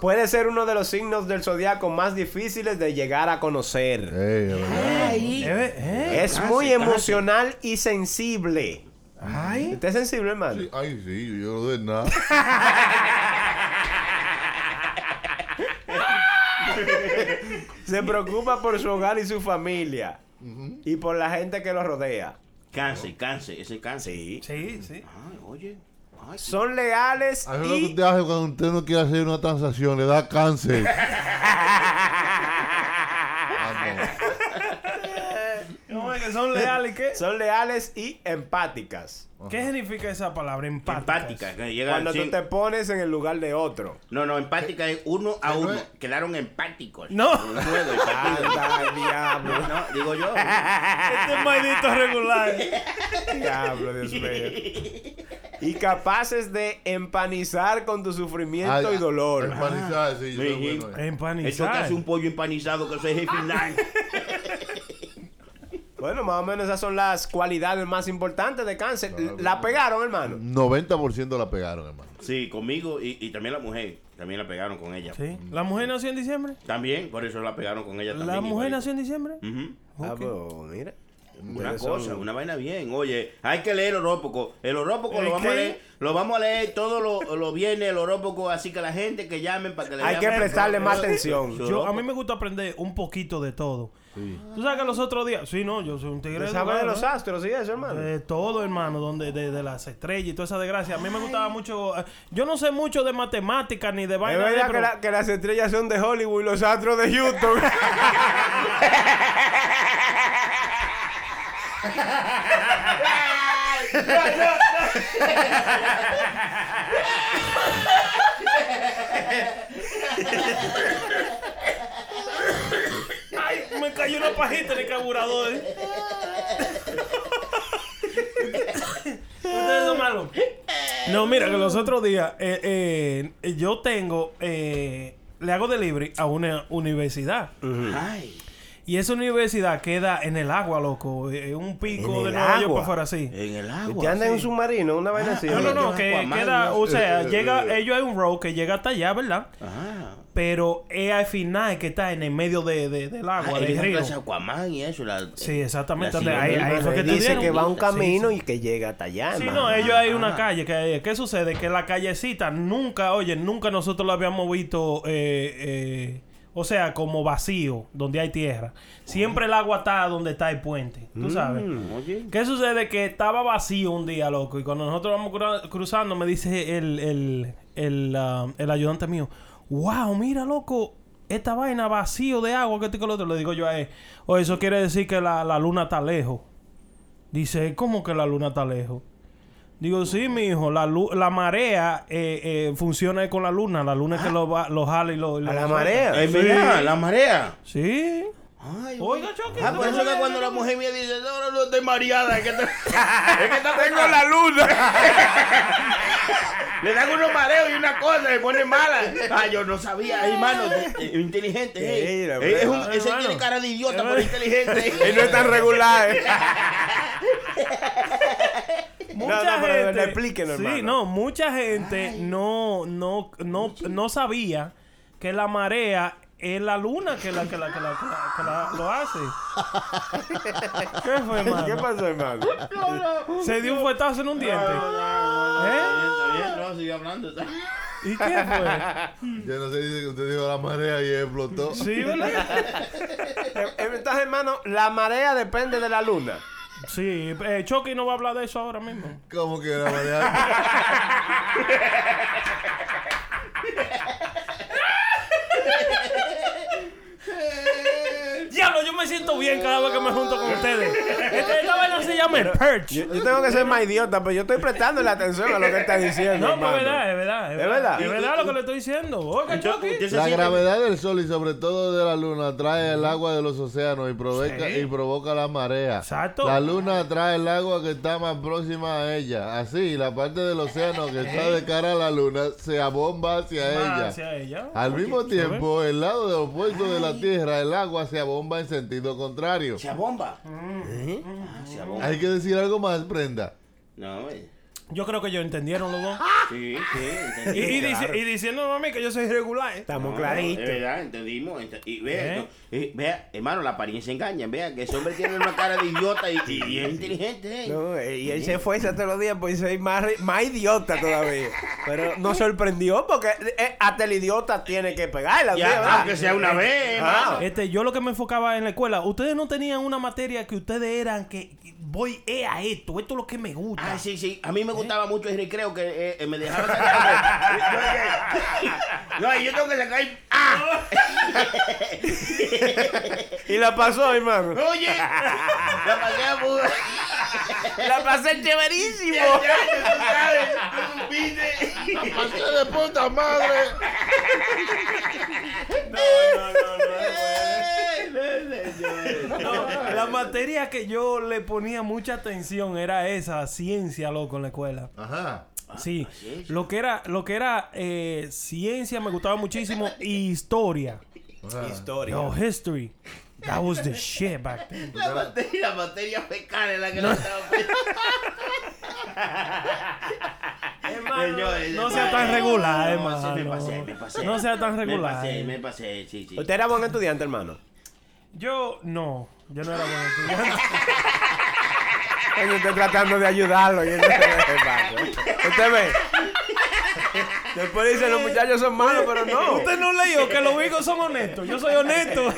Puede ser uno de los signos del zodiaco más difíciles de llegar a conocer. Ey, de verdad. ay. Eh, eh, Es Ah, Cáncer, muy cáncer. emocional y sensible. Ay. ¿Usted es sensible, hermano? Ay, sí, yo no de nada. Se preocupa por su hogar y su familia. Y por la gente que lo rodea. Cáncer, cáncer, ese es cáncer. Sí. Sí, sí. Ay, oye. Son leales Eso es lo que y usted hace cuando usted no quiere hacer una transacción, le da cáncer. Ah, ¿Cómo es que son leales y qué? son leales y empáticas. ¿Qué significa esa palabra? Empática. Empática. que llega Cuando sin- tú te pones en el lugar de otro. No, no, empática es uno a no uno. es- Quedaron empáticos. No. El juego, el partido. Anda, diablo, No, digo yo. Este es maldito regular. diablo, Dios mío. Y capaces de empanizar con tu sufrimiento Ay, y dolor. Empanizar, sí, yo soy bueno. ahí. Eso que Empanizar. hace un pollo empanizado que eso es el final. Bueno, más o menos esas son las cualidades más importantes de cáncer. La pegaron, hermano. 90% la pegaron, hermano. Sí, conmigo y, y también la mujer. También la pegaron con ella. Sí. Mm. ¿La mujer nació en diciembre? También, por eso la pegaron con ella también. ¿La mujer igualito. nació en diciembre? Ujú. Ah, pues, mira. Una Ustedes cosa, son- una vaina bien. Oye, hay que leer el horóscopo. El horóscopo ¿El lo vamos qué? a leer, lo vamos a leer todo lo, lo viene el horóscopo, así que la gente que llamen para que le Hay que vean el prestarle más horóscopo. atención. Su Yo, a horóscopo. mí me gusta aprender un poquito de todo. Tú sabes que los otros días. Sí, no, yo soy un tigre. Sabe de educado, los ¿eh? astros y eso, hermano. De todo, hermano, donde de, de las estrellas y toda esa desgracia. A mí me gustaba mucho. eh, Yo no sé mucho de matemáticas ni de Es vaina. verdad que, la- que las estrellas son de Hollywood y los astros de Houston. Me cayó una pajita en el carburador. ¿eh? Ustedes son malos. No, mira, que los otros días eh, eh, yo tengo. eh, le hago delivery a una universidad. Mm. Ay, Y esa universidad queda en el agua, loco. eh, un pico En de el Nueva York agua. Eh, para afuera, así. en el Que agua. anda en un submarino, una vaina así. No, no, no, Yo que Aquaman, queda, ¿no? o sea, Eh, llega, ellos hay un road que llega hasta allá, ¿verdad? Ah. Pero es al final que está en el medio de, de- del agua, Ah, del esa río. clase Aquaman y eso. la- Sí, exactamente. la Ahí- sirena, ahí ¿no? fue que Sí, dice tuvieron. que va a un Sí, camino y que llega hasta allá. Sí, hermano. no, ellos hay una calle que, eh, ¿qué sucede? Que la callecita nunca, oye, nunca nosotros la habíamos visto, eh, eh, o sea, como vacío, donde hay tierra. Siempre el agua está donde está el puente, tú sabes. Oye. ¿Qué sucede? Que estaba vacío un día, loco. Y cuando nosotros vamos cru- cruzando, me dice el, el, el, ah, el ayudante mío, wow, mira, loco, esta vaina vacío de agua, que esto y que lo otro. Le digo yo a él, o eso quiere decir que la, la luna está lejos. Dice, ¿cómo que la luna está lejos? Digo, sí, mi hijo, la, lu- la marea eh, eh, funciona con la luna. La luna es que lo, va- lo jala y lo... y lo Ah. A la suelta. marea. Eh, mira, la marea. Sí. Ay, Oiga, oye. Chucky, Ah, por ¿tú no eso que sabes? cuando la mujer me dice, no, no, no, estoy mareada, es que, te- es que te- Tengo la luna. le dan unos mareos y una cosa, se pone mala. Ah, yo no sabía, hermano, eh, eh, inteligente. eh. Mira, Eh, es un- hermano. ese tiene cara de idiota, pero ¿Eh? Él no inteligente. es tan regular. eh. Mucha No, no, pero gente, explíquenos, sí, hermano. no, mucha gente no, no, no, no sabía que la marea es la luna que la que la que la, que la- que la- lo hace. ¿Qué fue, ¿Qué hermano? pasó, hermano? Se dio un fuetazo en un diente. ¿Eh? Está bien, no, sigue hablando. está- ¿Y qué fue? Ya no se dice que usted dijo la marea y explotó. Sí, ¿verdad? Eh, Entonces, hermano, la marea depende de la luna. Sí, eh, Chucky no va a hablar de eso ahora mismo. ¿Cómo que la marea? Diablo, yo me siento bien cada vez que me junto con ustedes. Este, Esta, esta vaina se llama el Yo, perch. yo tengo que ser más idiota, pero yo estoy prestándole atención a lo que está diciendo. No, pero hermano. es verdad, es verdad. ¿Es verdad? Es verdad lo que le estoy diciendo. Oiga, Chucky. Usted se La siente- gravedad del sol y sobre todo de la luna trae el agua de los océanos y provoca, y provoca la marea. Exacto. La luna trae el agua que está más próxima a ella. Así, la parte del océano que está de cara a la luna se abomba hacia Ah, ella. hacia ella. Al mismo tiempo, el lado de opuesto de la Tierra, el agua se abomba en sentido contrario. Se abomba. Ah, se abomba. Hay que decir algo más, Prenda. No, eh. Yo creo que ellos entendieron los dos. Sí, sí, Y, entendí, y, Ah, claro. dici- y diciendo a mí que yo soy irregular. ¿eh? Estamos No, claritos. Es verdad, entendimos. ent- y vea, ¿Eh? no, y vea, hermano, la apariencia engaña. Vea que ese hombre tiene una cara de idiota y, y es inteligente. eh. No, eh, y él se esfuerza todos los días por ser más, re- más idiota todavía. Pero nos sorprendió porque eh, hasta el idiota tiene que pegarla. ¿sí, Ya, verdad? aunque sea una vez, hermano. Ah, Este, yo lo que me enfocaba en la escuela, ustedes no tenían una materia que ustedes eran que voy eh, a E esto, esto es lo que me gusta. Ah, sí, sí. A mí me gustaba mucho el recreo que eh, eh, me dejaba sacar. Yo- yo- no, yo tengo que sacar. el- ¡Ah! Y la pasó, hermano. Oye, la pasé a pu- La pasé chéverísimo. Ya, ya, tú sabes, tú supiste. La pasé de puta madre. No, la materia que yo le ponía mucha atención era esa ciencia, loco, en la escuela. Ajá. Ah, Sí, lo que era, lo que era eh, ciencia me gustaba muchísimo y historia. Ah. Historia. Yo, history. That was the shit back then. La materia, la materia fecal es la que no estaba. Hermano, Señores, no hermano. sea tan regular, No, sí, hermano. Me pasé, me pasé. No sea tan regular. Me pasé, me pasé, sí, sí. Usted era buen estudiante, hermano. Yo no, yo no era bueno estudiante. Yo estoy tratando de ayudarlo. Y él no se deja, hermano. Usted ve. Después dicen, los muchachos son malos, pero no. Usted no leyó que los bigos son honestos. Yo soy honesto.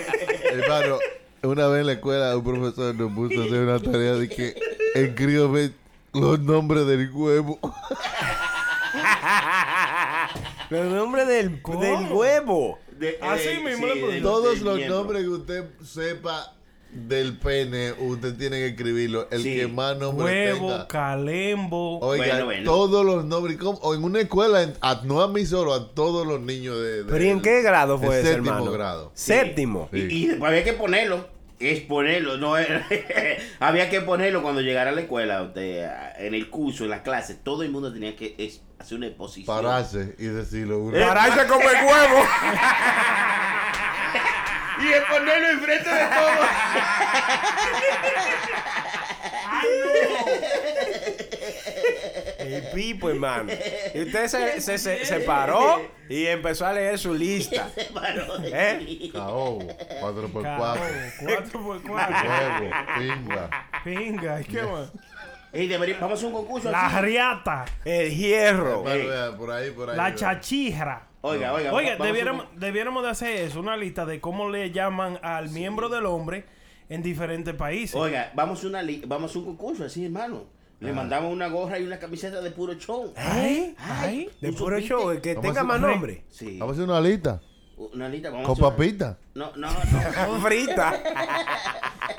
Hermano, una vez en la escuela un profesor nos puso a hacer una tarea de que escríbame los nombres del huevo. El nombre del, ¿Cómo? del huevo. De- Así mismo le del- puse. del Todos los miembro. nombres que usted sepa del pene, usted tiene que escribirlo. El Sí. que más nombres Huevo, tenga. calembo. Oiga, Bueno, bueno. todos los nombres. ¿cómo? O en una escuela, en- a- no a mí solo, a todos los niños de. de- ¿Pero y en qué grado fue el ese, séptimo hermano? grado. Séptimo. Sí. Y, y después había que ponerlo. Es ponerlo, no era- había que ponerlo cuando llegara a la escuela, usted, a- en el curso, en las clases, todo el mundo tenía que es- hacer una exposición. Pararse y decirlo. uno. Eh, Pararse como el huevo. Y de ponerlo enfrente de todo. El pipo, hermano. Y usted se, se, se, se paró y empezó a leer su lista. ¿Eh? Caobo, 4x4. oh, Cuatro por cuatro. Huevo, pinga. Pinga, ¿y qué más? Y debería- vamos a hacer un concurso. La así. riata. El hierro. Hermano, vea, por ahí, por ahí. La vea. chachijra. Oiga, oiga. Oiga, va- vamos a hacer un- debiéramos, debiéramos de hacer eso, una lista de cómo le llaman al miembro del hombre en diferentes países. Oiga, vamos a, una li- vamos a hacer un concurso así, hermano. Le mandamos una gorra y una camiseta de puro show. ¿Eh? Ay, ay. De ¿Tú puro supiste? show, el que Vamos a tenga hacer más un nombre. Sí. Vamos a hacer una lista. Una lista, vamos Con a hacer- papita. No, no, no. Frita.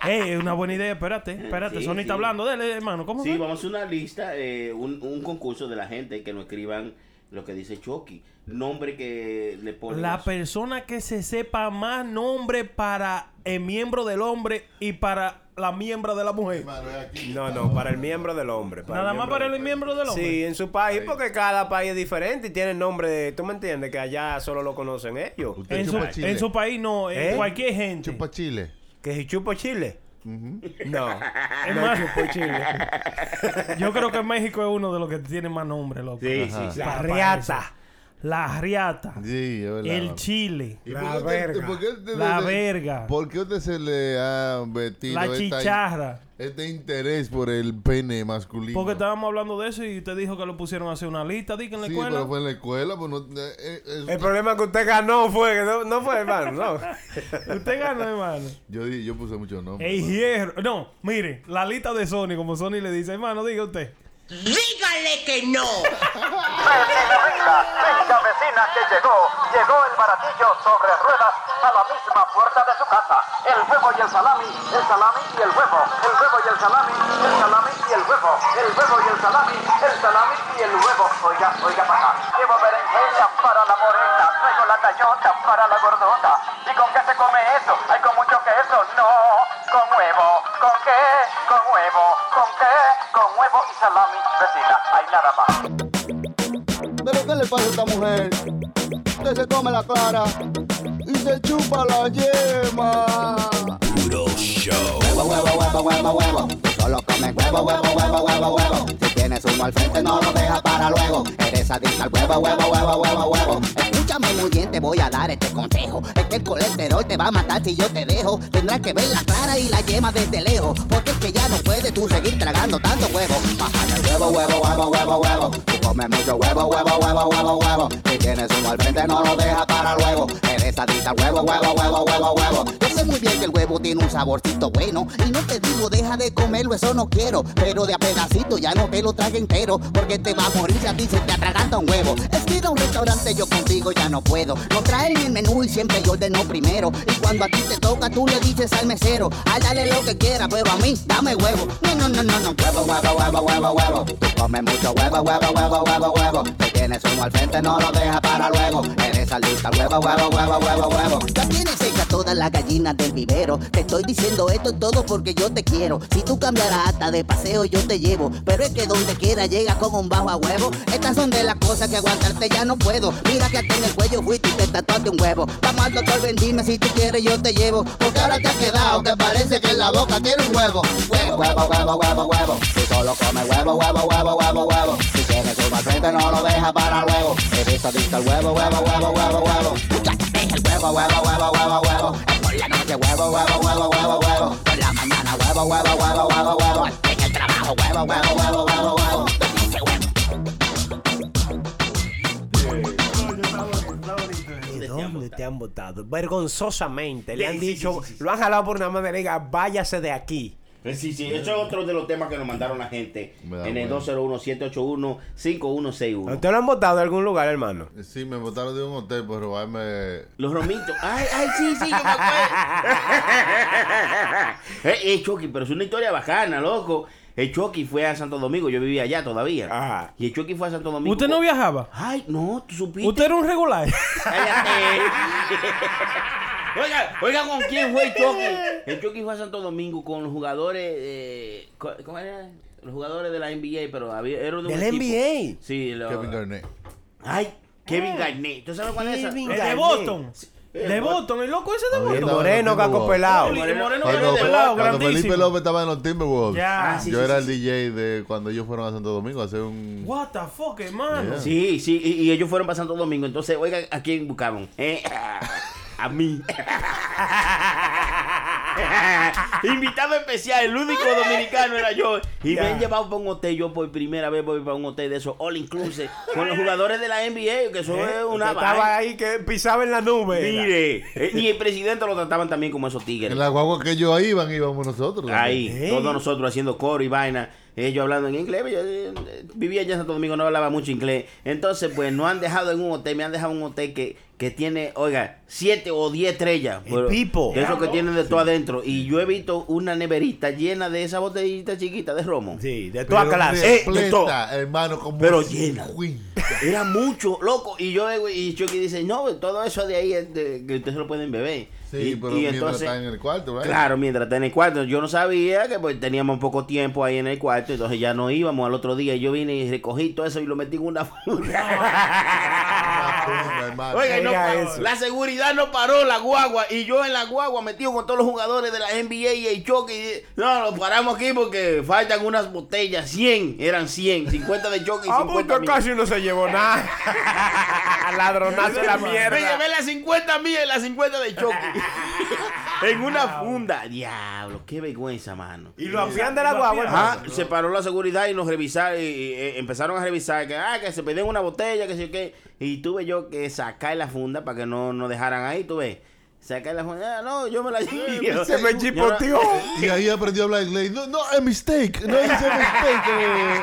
Ey, es una buena idea, espérate, espérate. Sí, Sony sí. está hablando, dele, hermano, ¿cómo Sí, fue? vamos a una lista, eh, un, un concurso de la gente que nos escriban lo que dice Chucky. Nombre que le ponen. La persona que se sepa más nombre para el miembro del hombre y para la miembro de la mujer. No, no, para el miembro del hombre. para el Nada más miembro para del- el miembro del hombre. Sí, en su país, porque cada país es diferente y tiene nombre. ¿Tú me entiendes? Que allá solo lo conocen ellos. Usted En su, chupa chile. en su país no, en ¿Eh? cualquier gente. Chupa chile. ¿Que si chupo chile? No. Es no más- chupo chile. Yo creo que México es uno de los que tiene más nombre, loco. Sí, sí, sí. La Para eso. riata. La riata. Sí, es verdad. El chile. ¿Y La por qué usted- verga. por qué usted- La usted- verga. ¿Por qué usted se le ha metido La esta- chicharra. este interés por el pene masculino? Porque estábamos hablando de eso y usted dijo que lo pusieron a hacer una lista, di que en la Sí, escuela. pero fue en la escuela. Pues no, eh, eh, es- El problema que usted ganó fue que no, no fue, hermano, no. Usted ganó, hermano. yo, di- yo puse muchos nombres. El hierro. No, mire, la lista de Sony, como Sony le dice, hermano, diga usted. Dígale que no. Querida vecina que llegó, llegó el baratillo sobre ruedas a la misma puerta de su casa. El huevo y el salami, el salami y el huevo, el huevo y el salami, el salami y el huevo, el huevo y el salami, el salami y el huevo. Oiga, oiga para acá. Llevo berenjena para la morena, traigo la tallota para la gordota. ¿Y con qué se come eso? Hay con mucho queso, no. Con huevo, ¿con qué? Con huevo, ¿con qué? Con huevo y salami, vecina. Hay nada más. ¿Pero qué le pasa a esta mujer? Que se come la clara y se chupa la yema. Puro show. Huevo, huevo, huevo, huevo, huevo. Tú solo comes huevo, huevo, huevo, huevo, huevo. Si tienes humo al frente, no lo dejas para luego. Eres adicta al huevo, huevo, huevo, huevo, huevo. Escúchame muy bien, te voy a dar este consejo. Es que el colesterol te va a matar si yo te dejo. Tendrás que ver la clara y la yema desde lejos. Porque es que ya no puedes tú seguir tragando tanto huevo. Bájale el huevo, huevo, huevo, huevo, huevo. Tú comes mucho huevo, huevo, huevo, huevo, huevo. Si tienes humo al frente, no lo dejas para luego. Eres adicta al huevo, huevo, huevo, huevo, huevo. Yo sé muy bien que el huevo tiene un saborcito bueno. Y no te digo, deja de comerlo, eso no quiero. Pero de a pedacito ya no te lo traes calle entero, porque te va a morir si a ti se te atraganta un huevo. Es que ir a un restaurante yo contigo ya no puedo. No traen el menú y siempre yo ordeno primero. Y cuando a ti te toca, tú le dices al mesero, hágale lo que quiera, pero a mí dame huevo. No, no, no, no, no. Huevo, huevo, huevo, huevo, huevo. Tú comes mucho huevo, huevo, huevo, huevo, huevo. Te tienes uno al frente, no lo dejas para luego. Eres alista, huevo, huevo, huevo, huevo, huevo. Ya tienes seca todas las gallinas del vivero. Te estoy diciendo esto todo porque yo te quiero. Si tú cambiarás hasta de paseo, yo te llevo. Pero es que donde quiera llega con un bajo a huevo. Estas son de las cosas que aguantarte ya no puedo. Mira que hasta en el cuello fuiste y te tatuaste un huevo. Vamos al doctor, ven, dime si tú quieres, yo te llevo. Porque ahora te has quedado que parece que en la boca tiene un huevo. Huevo, huevo, huevo, huevo, huevo. Si solo comes huevo, huevo, huevo, huevo, huevo. Si tienes un mal frente, no lo dejas para luego. Eres adicto al huevo, huevo, huevo, huevo, huevo. Muchacha, deja el huevo, huevo, huevo, huevo, huevo. Es por la noche, huevo, huevo, huevo, huevo, huevo. Por la mañana, huevo, huevo, huevo, huevo, huevo. En el trabajo, huevo, huevo, huevo, huevo, huevo. Dice huevo. ¿De dónde te han votado? Vergonzosamente. Le han dicho, lo han jalado por una mano y le diga, váyase de aquí. Pues Sí, sí, eso es otro de los temas que nos mandaron la gente da en el bueno. 201-781-5161. ¿Usted lo han votado de algún lugar, hermano? Sí, me botaron de un hotel por robarme. Los romitos. Ay, ay, sí, sí, yo me acuerdo. eh, eh, Chucky, pero es una historia bacana, loco. El Chucky fue a Santo Domingo, yo vivía allá todavía. Y el Chucky fue a Santo Domingo. ¿Usted no viajaba? Ay, no, tú supiste. Usted era un regular. Oiga, oiga, ¿con quién fue el Chucky? El Chucky fue a Santo Domingo con los jugadores. eh, co- ¿Cómo era? Los jugadores de la NBA, pero había, era de un ¿Del equipo. NBA? Sí, lo- Ah. Kevin Garnett. Ay, Kevin Garnett. ¿Tú sabes cuál es esa? El de Boston. De Boston, el loco ese de Oye, Boston. no, no tengo voz. El Moreno Cuando- Caco Pelao, Cuando grandísimo. Felipe López estaba en los Timberwolves, Ya. Ah, sí, yo sí, era sí, el DJ de cuando ellos fueron a Santo Domingo a hacer un. What the fuck, Ah. hermano. Sí, sí, y, y ellos fueron para Santo Domingo. Entonces, oiga, ¿a quién buscaron? Eh, a mí. Invitado especial, el único dominicano era yo. Y me Ya. han llevado para un hotel. Yo por primera vez voy para un hotel de esos all inclusive con los jugadores de la NBA, que eso Eh, es una usted estaba vaina. ahí que pisaba en la nube. Mire, eh, y el presidente lo trataban también como esos tigres. En la guagua que ellos iban, íbamos nosotros. Ahí, también. todos nosotros haciendo coro y vaina. Ellos hablando en inglés. yo, eh, eh, vivía allá en Santo Domingo, no hablaba mucho inglés. Entonces, pues nos han dejado en un hotel. Me han dejado en un hotel que, que tiene, oiga, siete o diez estrellas. pero pipo. De eso Ah, que Ya, ¿no? tienen de todo adentro. Y yo he visto una neverita llena de esa botellita chiquita de romo. Sí, de Pero toda Ah, clase. Eh, de todo. repleta, hermano, como Pero un llena. queen. Era mucho, loco. Y yo, eh, y Chucky dice, no, todo eso de ahí es de- que ustedes lo pueden beber. Sí, y, pero y mientras está en el cuarto, ¿verdad? Claro, mientras está en el cuarto. Yo no sabía que pues, teníamos poco tiempo ahí en el cuarto, entonces ya no íbamos al otro día. Yo vine y recogí todo eso y lo metí en una Ah, hermano. Oiga, y no Oiga paró. eso. la seguridad no paró la guagua y yo en la guagua metido con todos los jugadores de la NBA y el choque. y- No, lo paramos aquí porque faltan unas botellas, 100, eran 100, 50 de choque y Ah, 50 puto, mías. casi no se llevó nada. Ladronazo de la mierda. Me llevé las 50 mías y las 50 de choque. en una Ah, funda. Diablo, qué vergüenza, mano. Y lo apian de la guagua, Ah, hermano. se paró la seguridad y nos revisaron. Y, y, eh, empezaron a revisar que, ah, que se pedían una botella, que sé yo qué. Y tuve yo que sacar la funda para que no nos dejaran ahí, tú ves. Sacar la funda. Ah, no, yo me la llevé. Se me chipoteó. Y ahí aprendió a hablar inglés. No, no, a mistake. No hice mistake. eh,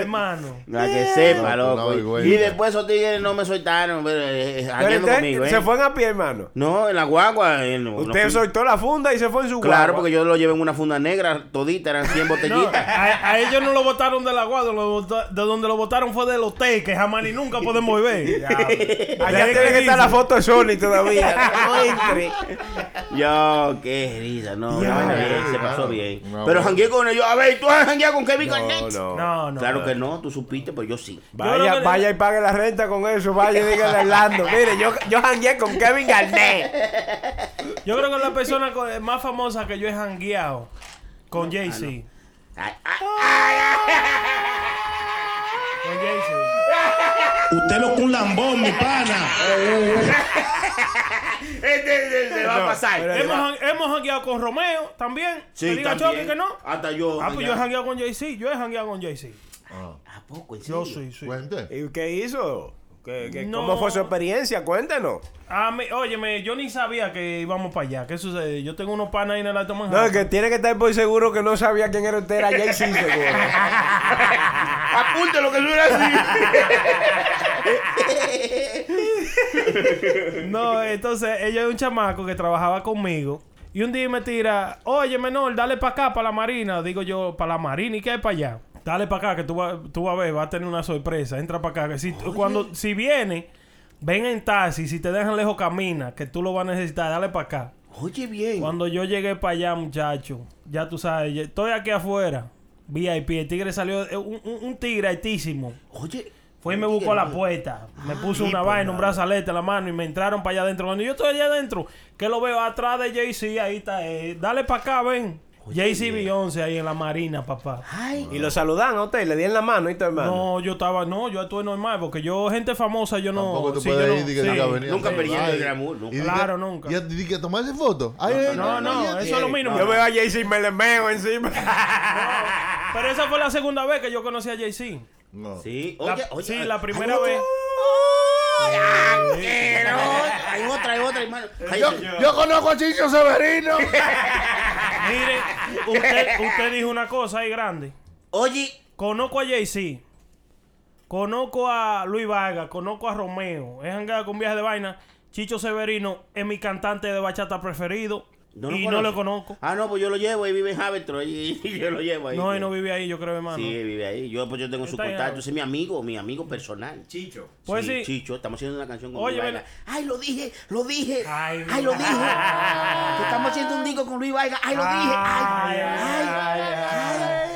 hermano. No, que sepa, No, una loco. vergüenza. Y después esos tigres no me soltaron, pero eh, eh, Pero andando usted conmigo, ¿eh? se fue a pie, hermano. No, en la guagua. eh, no, no Usted fui. soltó la funda y se fue en su Claro, guagua. porque yo lo llevé en una funda negra, todita, eran 100 No, botellitas. a, a ellos no lo votaron de la guardia, lo bota- de donde lo votaron fue del hotel, que jamás ni nunca podemos ver. Allá Desde tiene que estar la dice- foto de Sony todavía. No entre. Yo, qué risa, no, Ya, no, ya, bien, se claro. pasó bien. No, Pero bueno. jangué con ellos, a ver, ¿tú has jangueado con Kevin Garnett? No, no. Claro que no, tú supiste, pues yo sí. creo Vaya, que- vaya y pague la renta con eso. Vaya y dígale a Orlando. Mire, yo, yo jangueé con Kevin Garnett. Yo creo que la persona co- más famosa que yo he jangueado con Jay-Z. Ah. Ay, ay, Con Jay-Z. Usted lo que un lambón, mi pana. este, este se va a pasar. pero- Hemos, jan- hemos jangueado con Romeo también. Sí, que diga también. Chucky que no. Hasta yo. Ah, pues yo jangueado. he jangueado con Jay-Z. Yo he jangueado con Jay-Z. ¿A poco? ¿En serio? Eh, Yo sí, sí. Cuente. ¿Y qué hizo? ¿Qué- qué- No. ¿Cómo fue su experiencia? Cuéntenos. A mí, Ah, óyeme, yo ni sabía que íbamos para allá. ¿Qué sucede? Yo tengo unos panas ahí en el Alto Manhattan. No, es que tiene que estar muy seguro que no sabía quién era usted, era Jay-Z seguro. Apunte lo que suena así. No, entonces ella es un chamaco que trabajaba conmigo. Y un día me tira, oye menor, dale para acá, para la marina. Digo yo, para la marina, ¿y qué hay para allá? Dale para acá, que tú, va- tú vas a ver, vas a tener una sorpresa. Entra para acá, que si, cuando, si viene, ven en taxi, si te dejan lejos, camina, que tú lo vas a necesitar, dale para acá. Oye, bien. Cuando yo llegué para allá, muchacho, ya tú sabes, ya- estoy aquí afuera, VIP, el tigre salió, eh, un, un- un tigre altísimo. Oye. Fue y me buscó a la puerta. Me Ah, puso pues, una vaina, un brazalete en la mano y me entraron para allá adentro. Cuando yo estoy allá adentro, que lo veo atrás de Jay-Z, ahí está. eh, dale para acá, ven. Jay-Z Beyoncé ahí en la marina, papá. Ah, Y lo saludan a usted, le di en la mano y todo, hermano. No, yo estaba, no, yo estuve normal, porque yo, gente famosa, yo no. Tampoco tú sí, puedes yo ir y que sí. nunca venía. Nunca perdiendo el glamour, nunca. Y Claro, nunca. Y a- y que tomarse fotos. No, no, eso es lo mínimo. Yo veo a Jay-Z y me le meo encima. Pero esa fue la segunda vez que yo conocí a Jay-Z. Sí, La- oye, oye, sí, hay- la hay primera otro. vez. Pero, hay otra, hay otra, hermano. Ay, Yo, señor. yo conozco a Chicho Severino. Mire, usted, usted dijo una cosa ahí grande. Oye. Conozco a Jay-Z. Conozco a Luis Vargas. Conozco a Romeo. Es hangueado con viaje de vaina. Chicho Severino es mi cantante de bachata preferido. No lo y no conoce. lo conozco. Ah, no, pues yo lo llevo y vive en Havertro y y yo lo llevo ahí. No, él no vive ahí, yo creo, hermano. Sí, vive ahí. Yo, pues, yo tengo su Está ahí, contacto. Havertro. Ese es mi amigo, mi amigo personal. Chicho. Pues sí, sí. Chicho. Estamos haciendo una canción con Oye, Luis ven- Vargas. Ay, lo dije, lo dije. Ay, mira. lo dije. que estamos haciendo un disco con Luis Vargas. Ay, lo dije. Ay, ay, ay.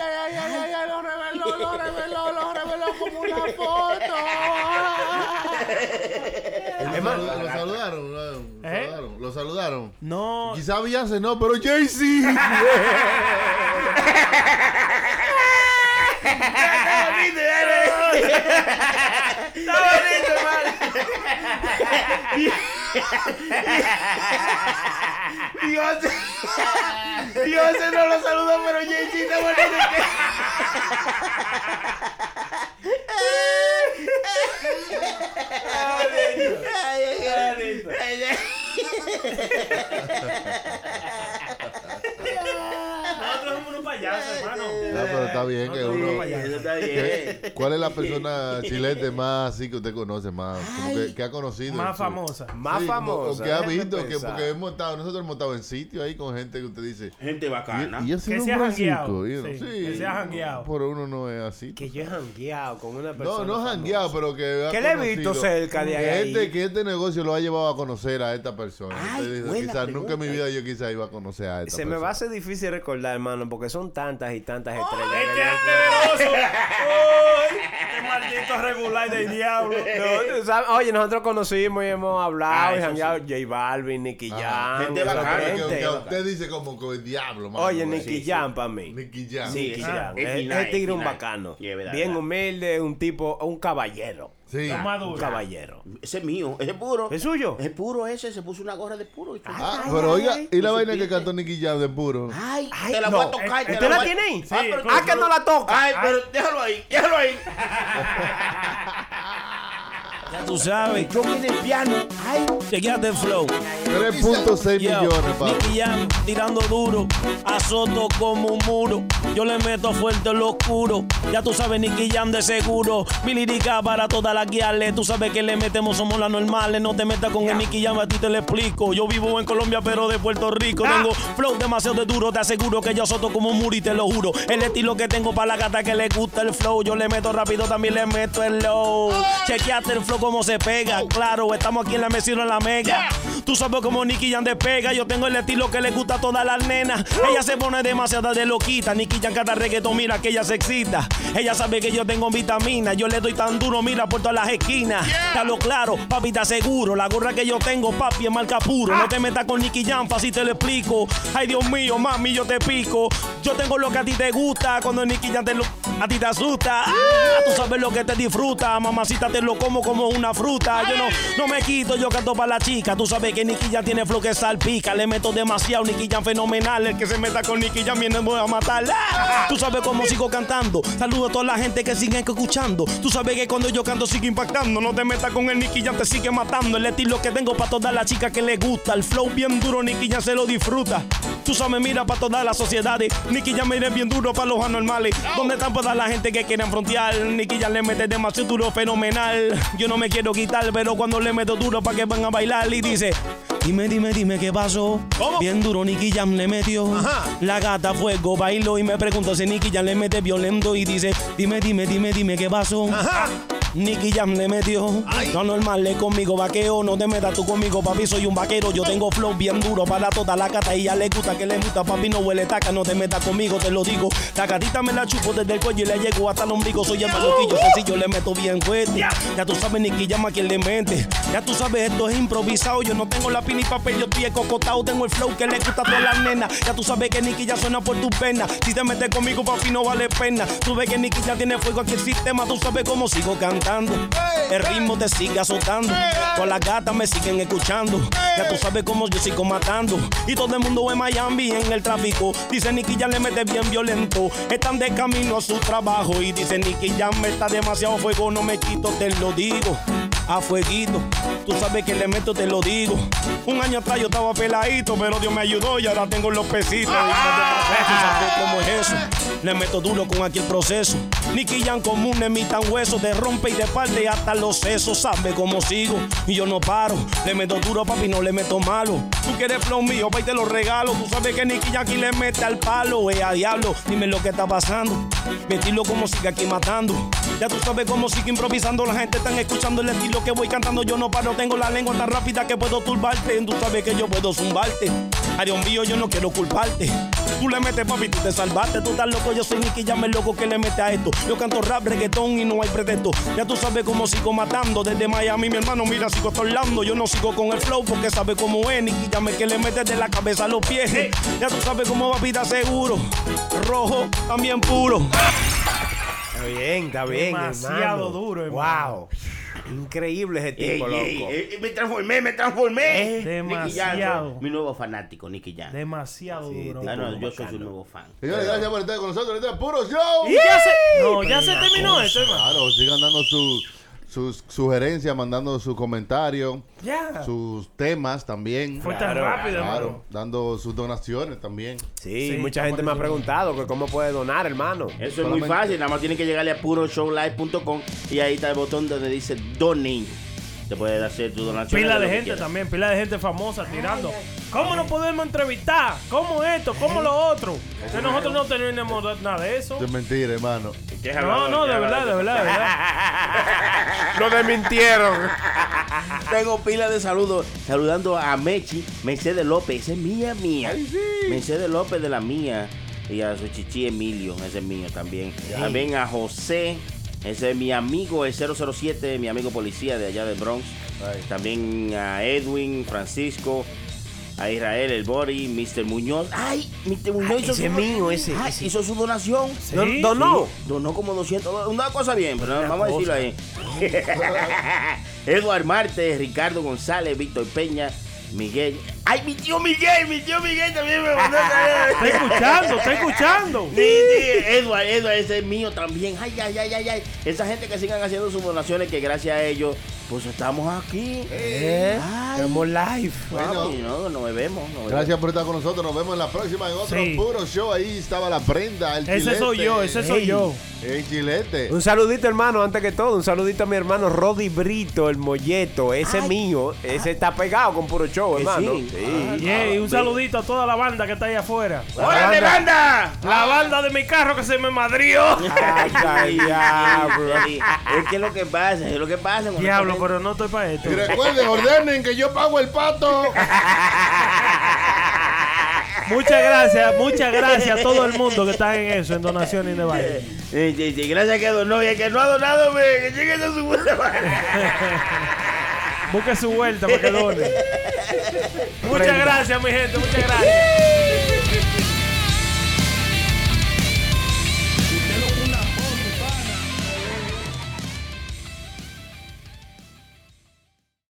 Lo reveló, lo reveló, lo reveló como una foto. Lo saludaron, lo saludaron, lo ¿Eh? saludaron, lo saludaron. No. Quizá Beyoncé no, pero Jay-Z. Ah, Está bonito, hermano. Dios, Dios no lo saludó, pero Jay-Z está bonito. Ah, Nosotros somos unos payasos, hermano. Ah, pero está bien que Nosotros somos uno. payasos. Está bien. ¿Qué- ¿Cuál es la persona chilete más así que usted conoce más? Como que, que ha conocido. Más en su- famosa. Más Sí, como- famosa. o que ha Déjame visto, que, pensar. porque hemos estado, nosotros hemos estado en sitio ahí con gente que usted dice. Gente bacana. Y, y ese Que no se es ha Francisco. jangueado, y uno, sí, sí, que se ha jangueado. Por uno no es así. Que yo he jangueado con una No, persona. no famosa. jangueado, pero que. ha Que le he visto conocido. cerca de ahí. Este, que este negocio lo ha llevado a conocer a esta persona. Ay, Usted dice, buena quizás nunca pregunta. en mi vida yo quizás iba a conocer a esta Se me persona. va a hacer difícil recordar, hermano, porque son tantas y tantas estrellas. Este Oh, ¡Qué maldito regular del diablo! No, tú sabes, oye, nosotros conocimos y hemos hablado Ah, y eso jangueado. J Balvin, Nicky Ah, Jam. gente otra bacana, que- gente. que usted dice como que el diablo, mano. Oye, güey. Nicky Jam para mí. Nicky Jam. Sí, Nicky Nicky Jam. Jam. Es Es- final, Es tigre un final. bacano. Sí, es verdad, Bien verdad. humilde, un tipo, un caballero. Sí. Un maduro. Un caballero. Ese es mío, ese es puro. ¿Es suyo? Es puro ese, se puso una gorra de puro. y- Ah, pero oiga, ¿y la vaina que cantó Nicky Jam de puro? Ay, Ay, te la no. voy a tocar. te ¿Usted la voy a- tiene ahí? Ah, pero- Ah, que no la toca. Ay, pero déjalo ahí, déjalo ahí. Ya tú sabes. Yo vine el piano. Ay. Chequeate el flow. 3.6 Yo, millones, papá. Nicky Jam tirando duro. Azoto como un muro. Yo le meto fuerte lo oscuro. Ya tú sabes, Nicky Jam de seguro. Mi lírica para todas las guiales. Tú sabes que le metemos, somos las normales. No te metas con el Nicky Jam, a ti te lo explico. Yo vivo en Colombia, pero de Puerto Rico. Tengo flow demasiado de duro. Te aseguro que yo azoto como un muro y te lo juro. El estilo que tengo para la gata que le gusta el flow. Yo le meto rápido, también le meto el low. Chequeate el flow como se pega. Claro, estamos aquí en la mesina en la mega. Tú sabes cómo Nicky Jam despega. Yo tengo el estilo que le gusta a todas las nenas. Ella se pone demasiada de loquita. Nicky Jam canta reggaetón, mira que ella se excita. Ella sabe que yo tengo vitamina. Yo le doy tan duro, mira por todas las esquinas. Está lo claro, papi, te aseguro. La gorra que yo tengo, papi, es marca puro. No te metas con Nicky Jam, fácil te lo explico. Ay, Dios mío, mami, yo te pico. Yo tengo lo que a ti te gusta. Cuando Nicky Jam te lo. a ti te asusta. Ah, tú sabes lo que te disfruta. Mamacita, te lo como como una fruta. Yo no, no me quito, yo canto para la chica. Tú sabes que Nicky ya tiene flow que salpica. Le meto demasiado, Nicky Jam fenomenal. El que se meta con Nicky Jam, viene voy a matar. Ah, tú sabes cómo sigo cantando. Saludo a toda la gente que sigue escuchando. Tú sabes que cuando yo canto sigue impactando. No te metas con el Nicky Jam, te sigue matando. El estilo que tengo para toda la chica que le gusta. El flow bien duro, Nicky Jam se lo disfruta. Tú sabes, mira para todas las sociedades. Nicky Jam eres bien duro para los anormales. ¿Dónde están toda la gente que quieren frontear? Nicky Jam le mete demasiado duro, fenomenal. Yo no me quiero quitar, pero cuando le meto duro para que van a bailar y dice... Dime, dime, dime qué pasó. Bien duro Nicky Jam le metió. La gata fuego bailó y me preguntó si Nicky Jam le mete violento y dice, dime, dime, dime, dime qué pasó. Nicky Jam le metió. No normal, le conmigo vaqueo. No te metas tú conmigo, papi. Soy un vaquero. Yo tengo flow bien duro para toda la cata. Y ya le gusta que le gusta, papi. No huele taca. No te metas conmigo, te lo digo. La gatita me la chupo desde el cuello y le llego hasta el ombligo. Soy el maluquillo. Sencillo, le meto bien fuerte. Ya tú sabes, Nicky Jam a quien le mente. Ya tú sabes, esto es improvisado. Yo no tengo la pin y papel. Yo estoy escocotado. Tengo el flow que le gusta a todas las nenas. Ya tú sabes que Nicky ya suena por tus venas. Si te metes conmigo, papi, no vale pena. Tú ves que Nicky ya tiene fuego aquí el sistema. Tú sabes cómo sigo cantando. El ritmo te sigue azotando. Todas las gatas me siguen escuchando. Ya tú sabes cómo yo sigo matando. Y todo el mundo en Miami en el tráfico. Dice Nicky ya le mete bien violento. Están de camino a su trabajo. Y dice Nicky ya me está demasiado fuego. No me quito, te lo digo. A fueguito, tú sabes que le meto, te lo digo. Un año atrás yo estaba peladito, pero Dios me ayudó y ahora tengo los pesitos. Y no te pases, tú sabes cómo es eso. Le meto duro con aquel proceso. Nicky Jam común en mi tan hueso, te rompe y te parte hasta los sesos. Sabe cómo sigo y yo no paro. Le meto duro, papi, no le meto malo. Tú quieres flow mío, pa' y te lo regalo. Tú sabes que Nicky Jam aquí le mete al palo. Eh, a diablo, dime lo que está pasando. Mi estilo como sigue aquí matando. Ya tú sabes cómo sigue improvisando. La gente están escuchando el estilo que voy cantando. Yo no paro, tengo la lengua tan rápida que puedo turbarte. Tú sabes que yo puedo zumbarte. Arión mío, yo no quiero culparte. Tú le metes, papi, tú te salvaste. Tú estás loco, yo soy Nicky Jam, el loco que le mete a esto. Yo canto rap, reggaetón y no hay pretexto. Ya tú sabes cómo sigo matando. Desde Miami, mi hermano, mira, sigo hasta Orlando. Yo no sigo con el flow porque sabe cómo es. Nicky Jam, el que le mete de la cabeza a los pies. Ya tú sabes cómo va vida seguro. Rojo, también puro. Está bien, está bien. Demasiado hermano. duro, Wow. Increíble ese tipo, Ey, ey, loco. ey, me transformé, me transformé. Eh, Nicky Jam, demasiado. mi nuevo fanático, Nicky Jam. Demasiado duro. Ah, no, yo soy su nuevo fan. Señores, gracias por estar con nosotros. Este es puro show. Y ya se- no, ya se terminó Cosa, esto, hermano. Claro, sigan dando su- sus sugerencias, mandando sus comentarios, Ya. sus temas también. Fue tan Claro, rápido, hermano. Dando sus donaciones también. Ah, Sí, mucha gente me ha preguntado que cómo puede donar, hermano. Eso es muy fácil, nada más tienen que llegarle a puroshowlive.com y ahí está el botón donde dice Donate. Te puedes hacer tu donación. Pila lo de que gente quieras. también, pila de gente famosa tirando. ¿Cómo nos podemos entrevistar? ¿Cómo esto? ¿Cómo lo otro? Que nosotros no tenemos nada de eso. Esto es mentira, hermano. No, no, de verdad, de verdad, de verdad. Lo desmintieron. Tengo pila de saludos. Saludando a Mechi, Mercedes López. Esa es mía, mía. Mercedes López de la mía. Y a su chichi Emilio. Ese es mío también. También a José. Ese es mi amigo, el 007, mi amigo policía de allá del Bronx. También a Edwin, Francisco. A Israel, el Bori, Mr. Muñoz. ¡Ay! Mr. Muñoz hizo Ah, ese su- mío, ese, Ay, ese. Hizo su donación. Sí. Don- ¿Donó? Sí, donó como 200 dólares. Una cosa bien, pero vamos cosa. a decirlo ahí. Eduard Marte, Ricardo González, Víctor Peña, Miguel. ¡Ay, mi tío Miguel! ¡Mi tío Miguel también me mandó! Está escuchando, está escuchando. Sí, sí, Edward, Edward, ese es mío también. Ay, ay, ay, ay, ay. Esa gente que sigan haciendo sus donaciones, que gracias a ellos, pues estamos aquí. Eh, Estamos live. Bueno, no, nos vemos. nos vemos. Gracias por estar con nosotros. Nos vemos en la próxima en otro Sí. puro show. Ahí estaba la prenda. El Ese soy chilete. yo, ese soy Ey, yo. El chilete. Un saludito, hermano, antes que todo. Un saludito a mi hermano Roddy Brito, el molleto. Ese es mío. Ese está pegado con puro show, hermano. sí. Yeah, y un saludito a toda la banda que está ahí afuera. ¡Órale, banda! La banda de mi carro que se me madrió. Ay, diablo. Es que es lo que pasa, es lo que pasa. cuando Diablo, ponen- pero no estoy para esto. Y recuerden, ordenen que yo pago el pato. Muchas gracias, muchas gracias a todo el mundo que está en eso, en donaciones y de baile. Eh, eh, eh, gracias que donó y el que no ha donado, me, que llegue a su vuelta. Busque su vuelta para que done. Muchas gracias, mi gente, muchas gracias.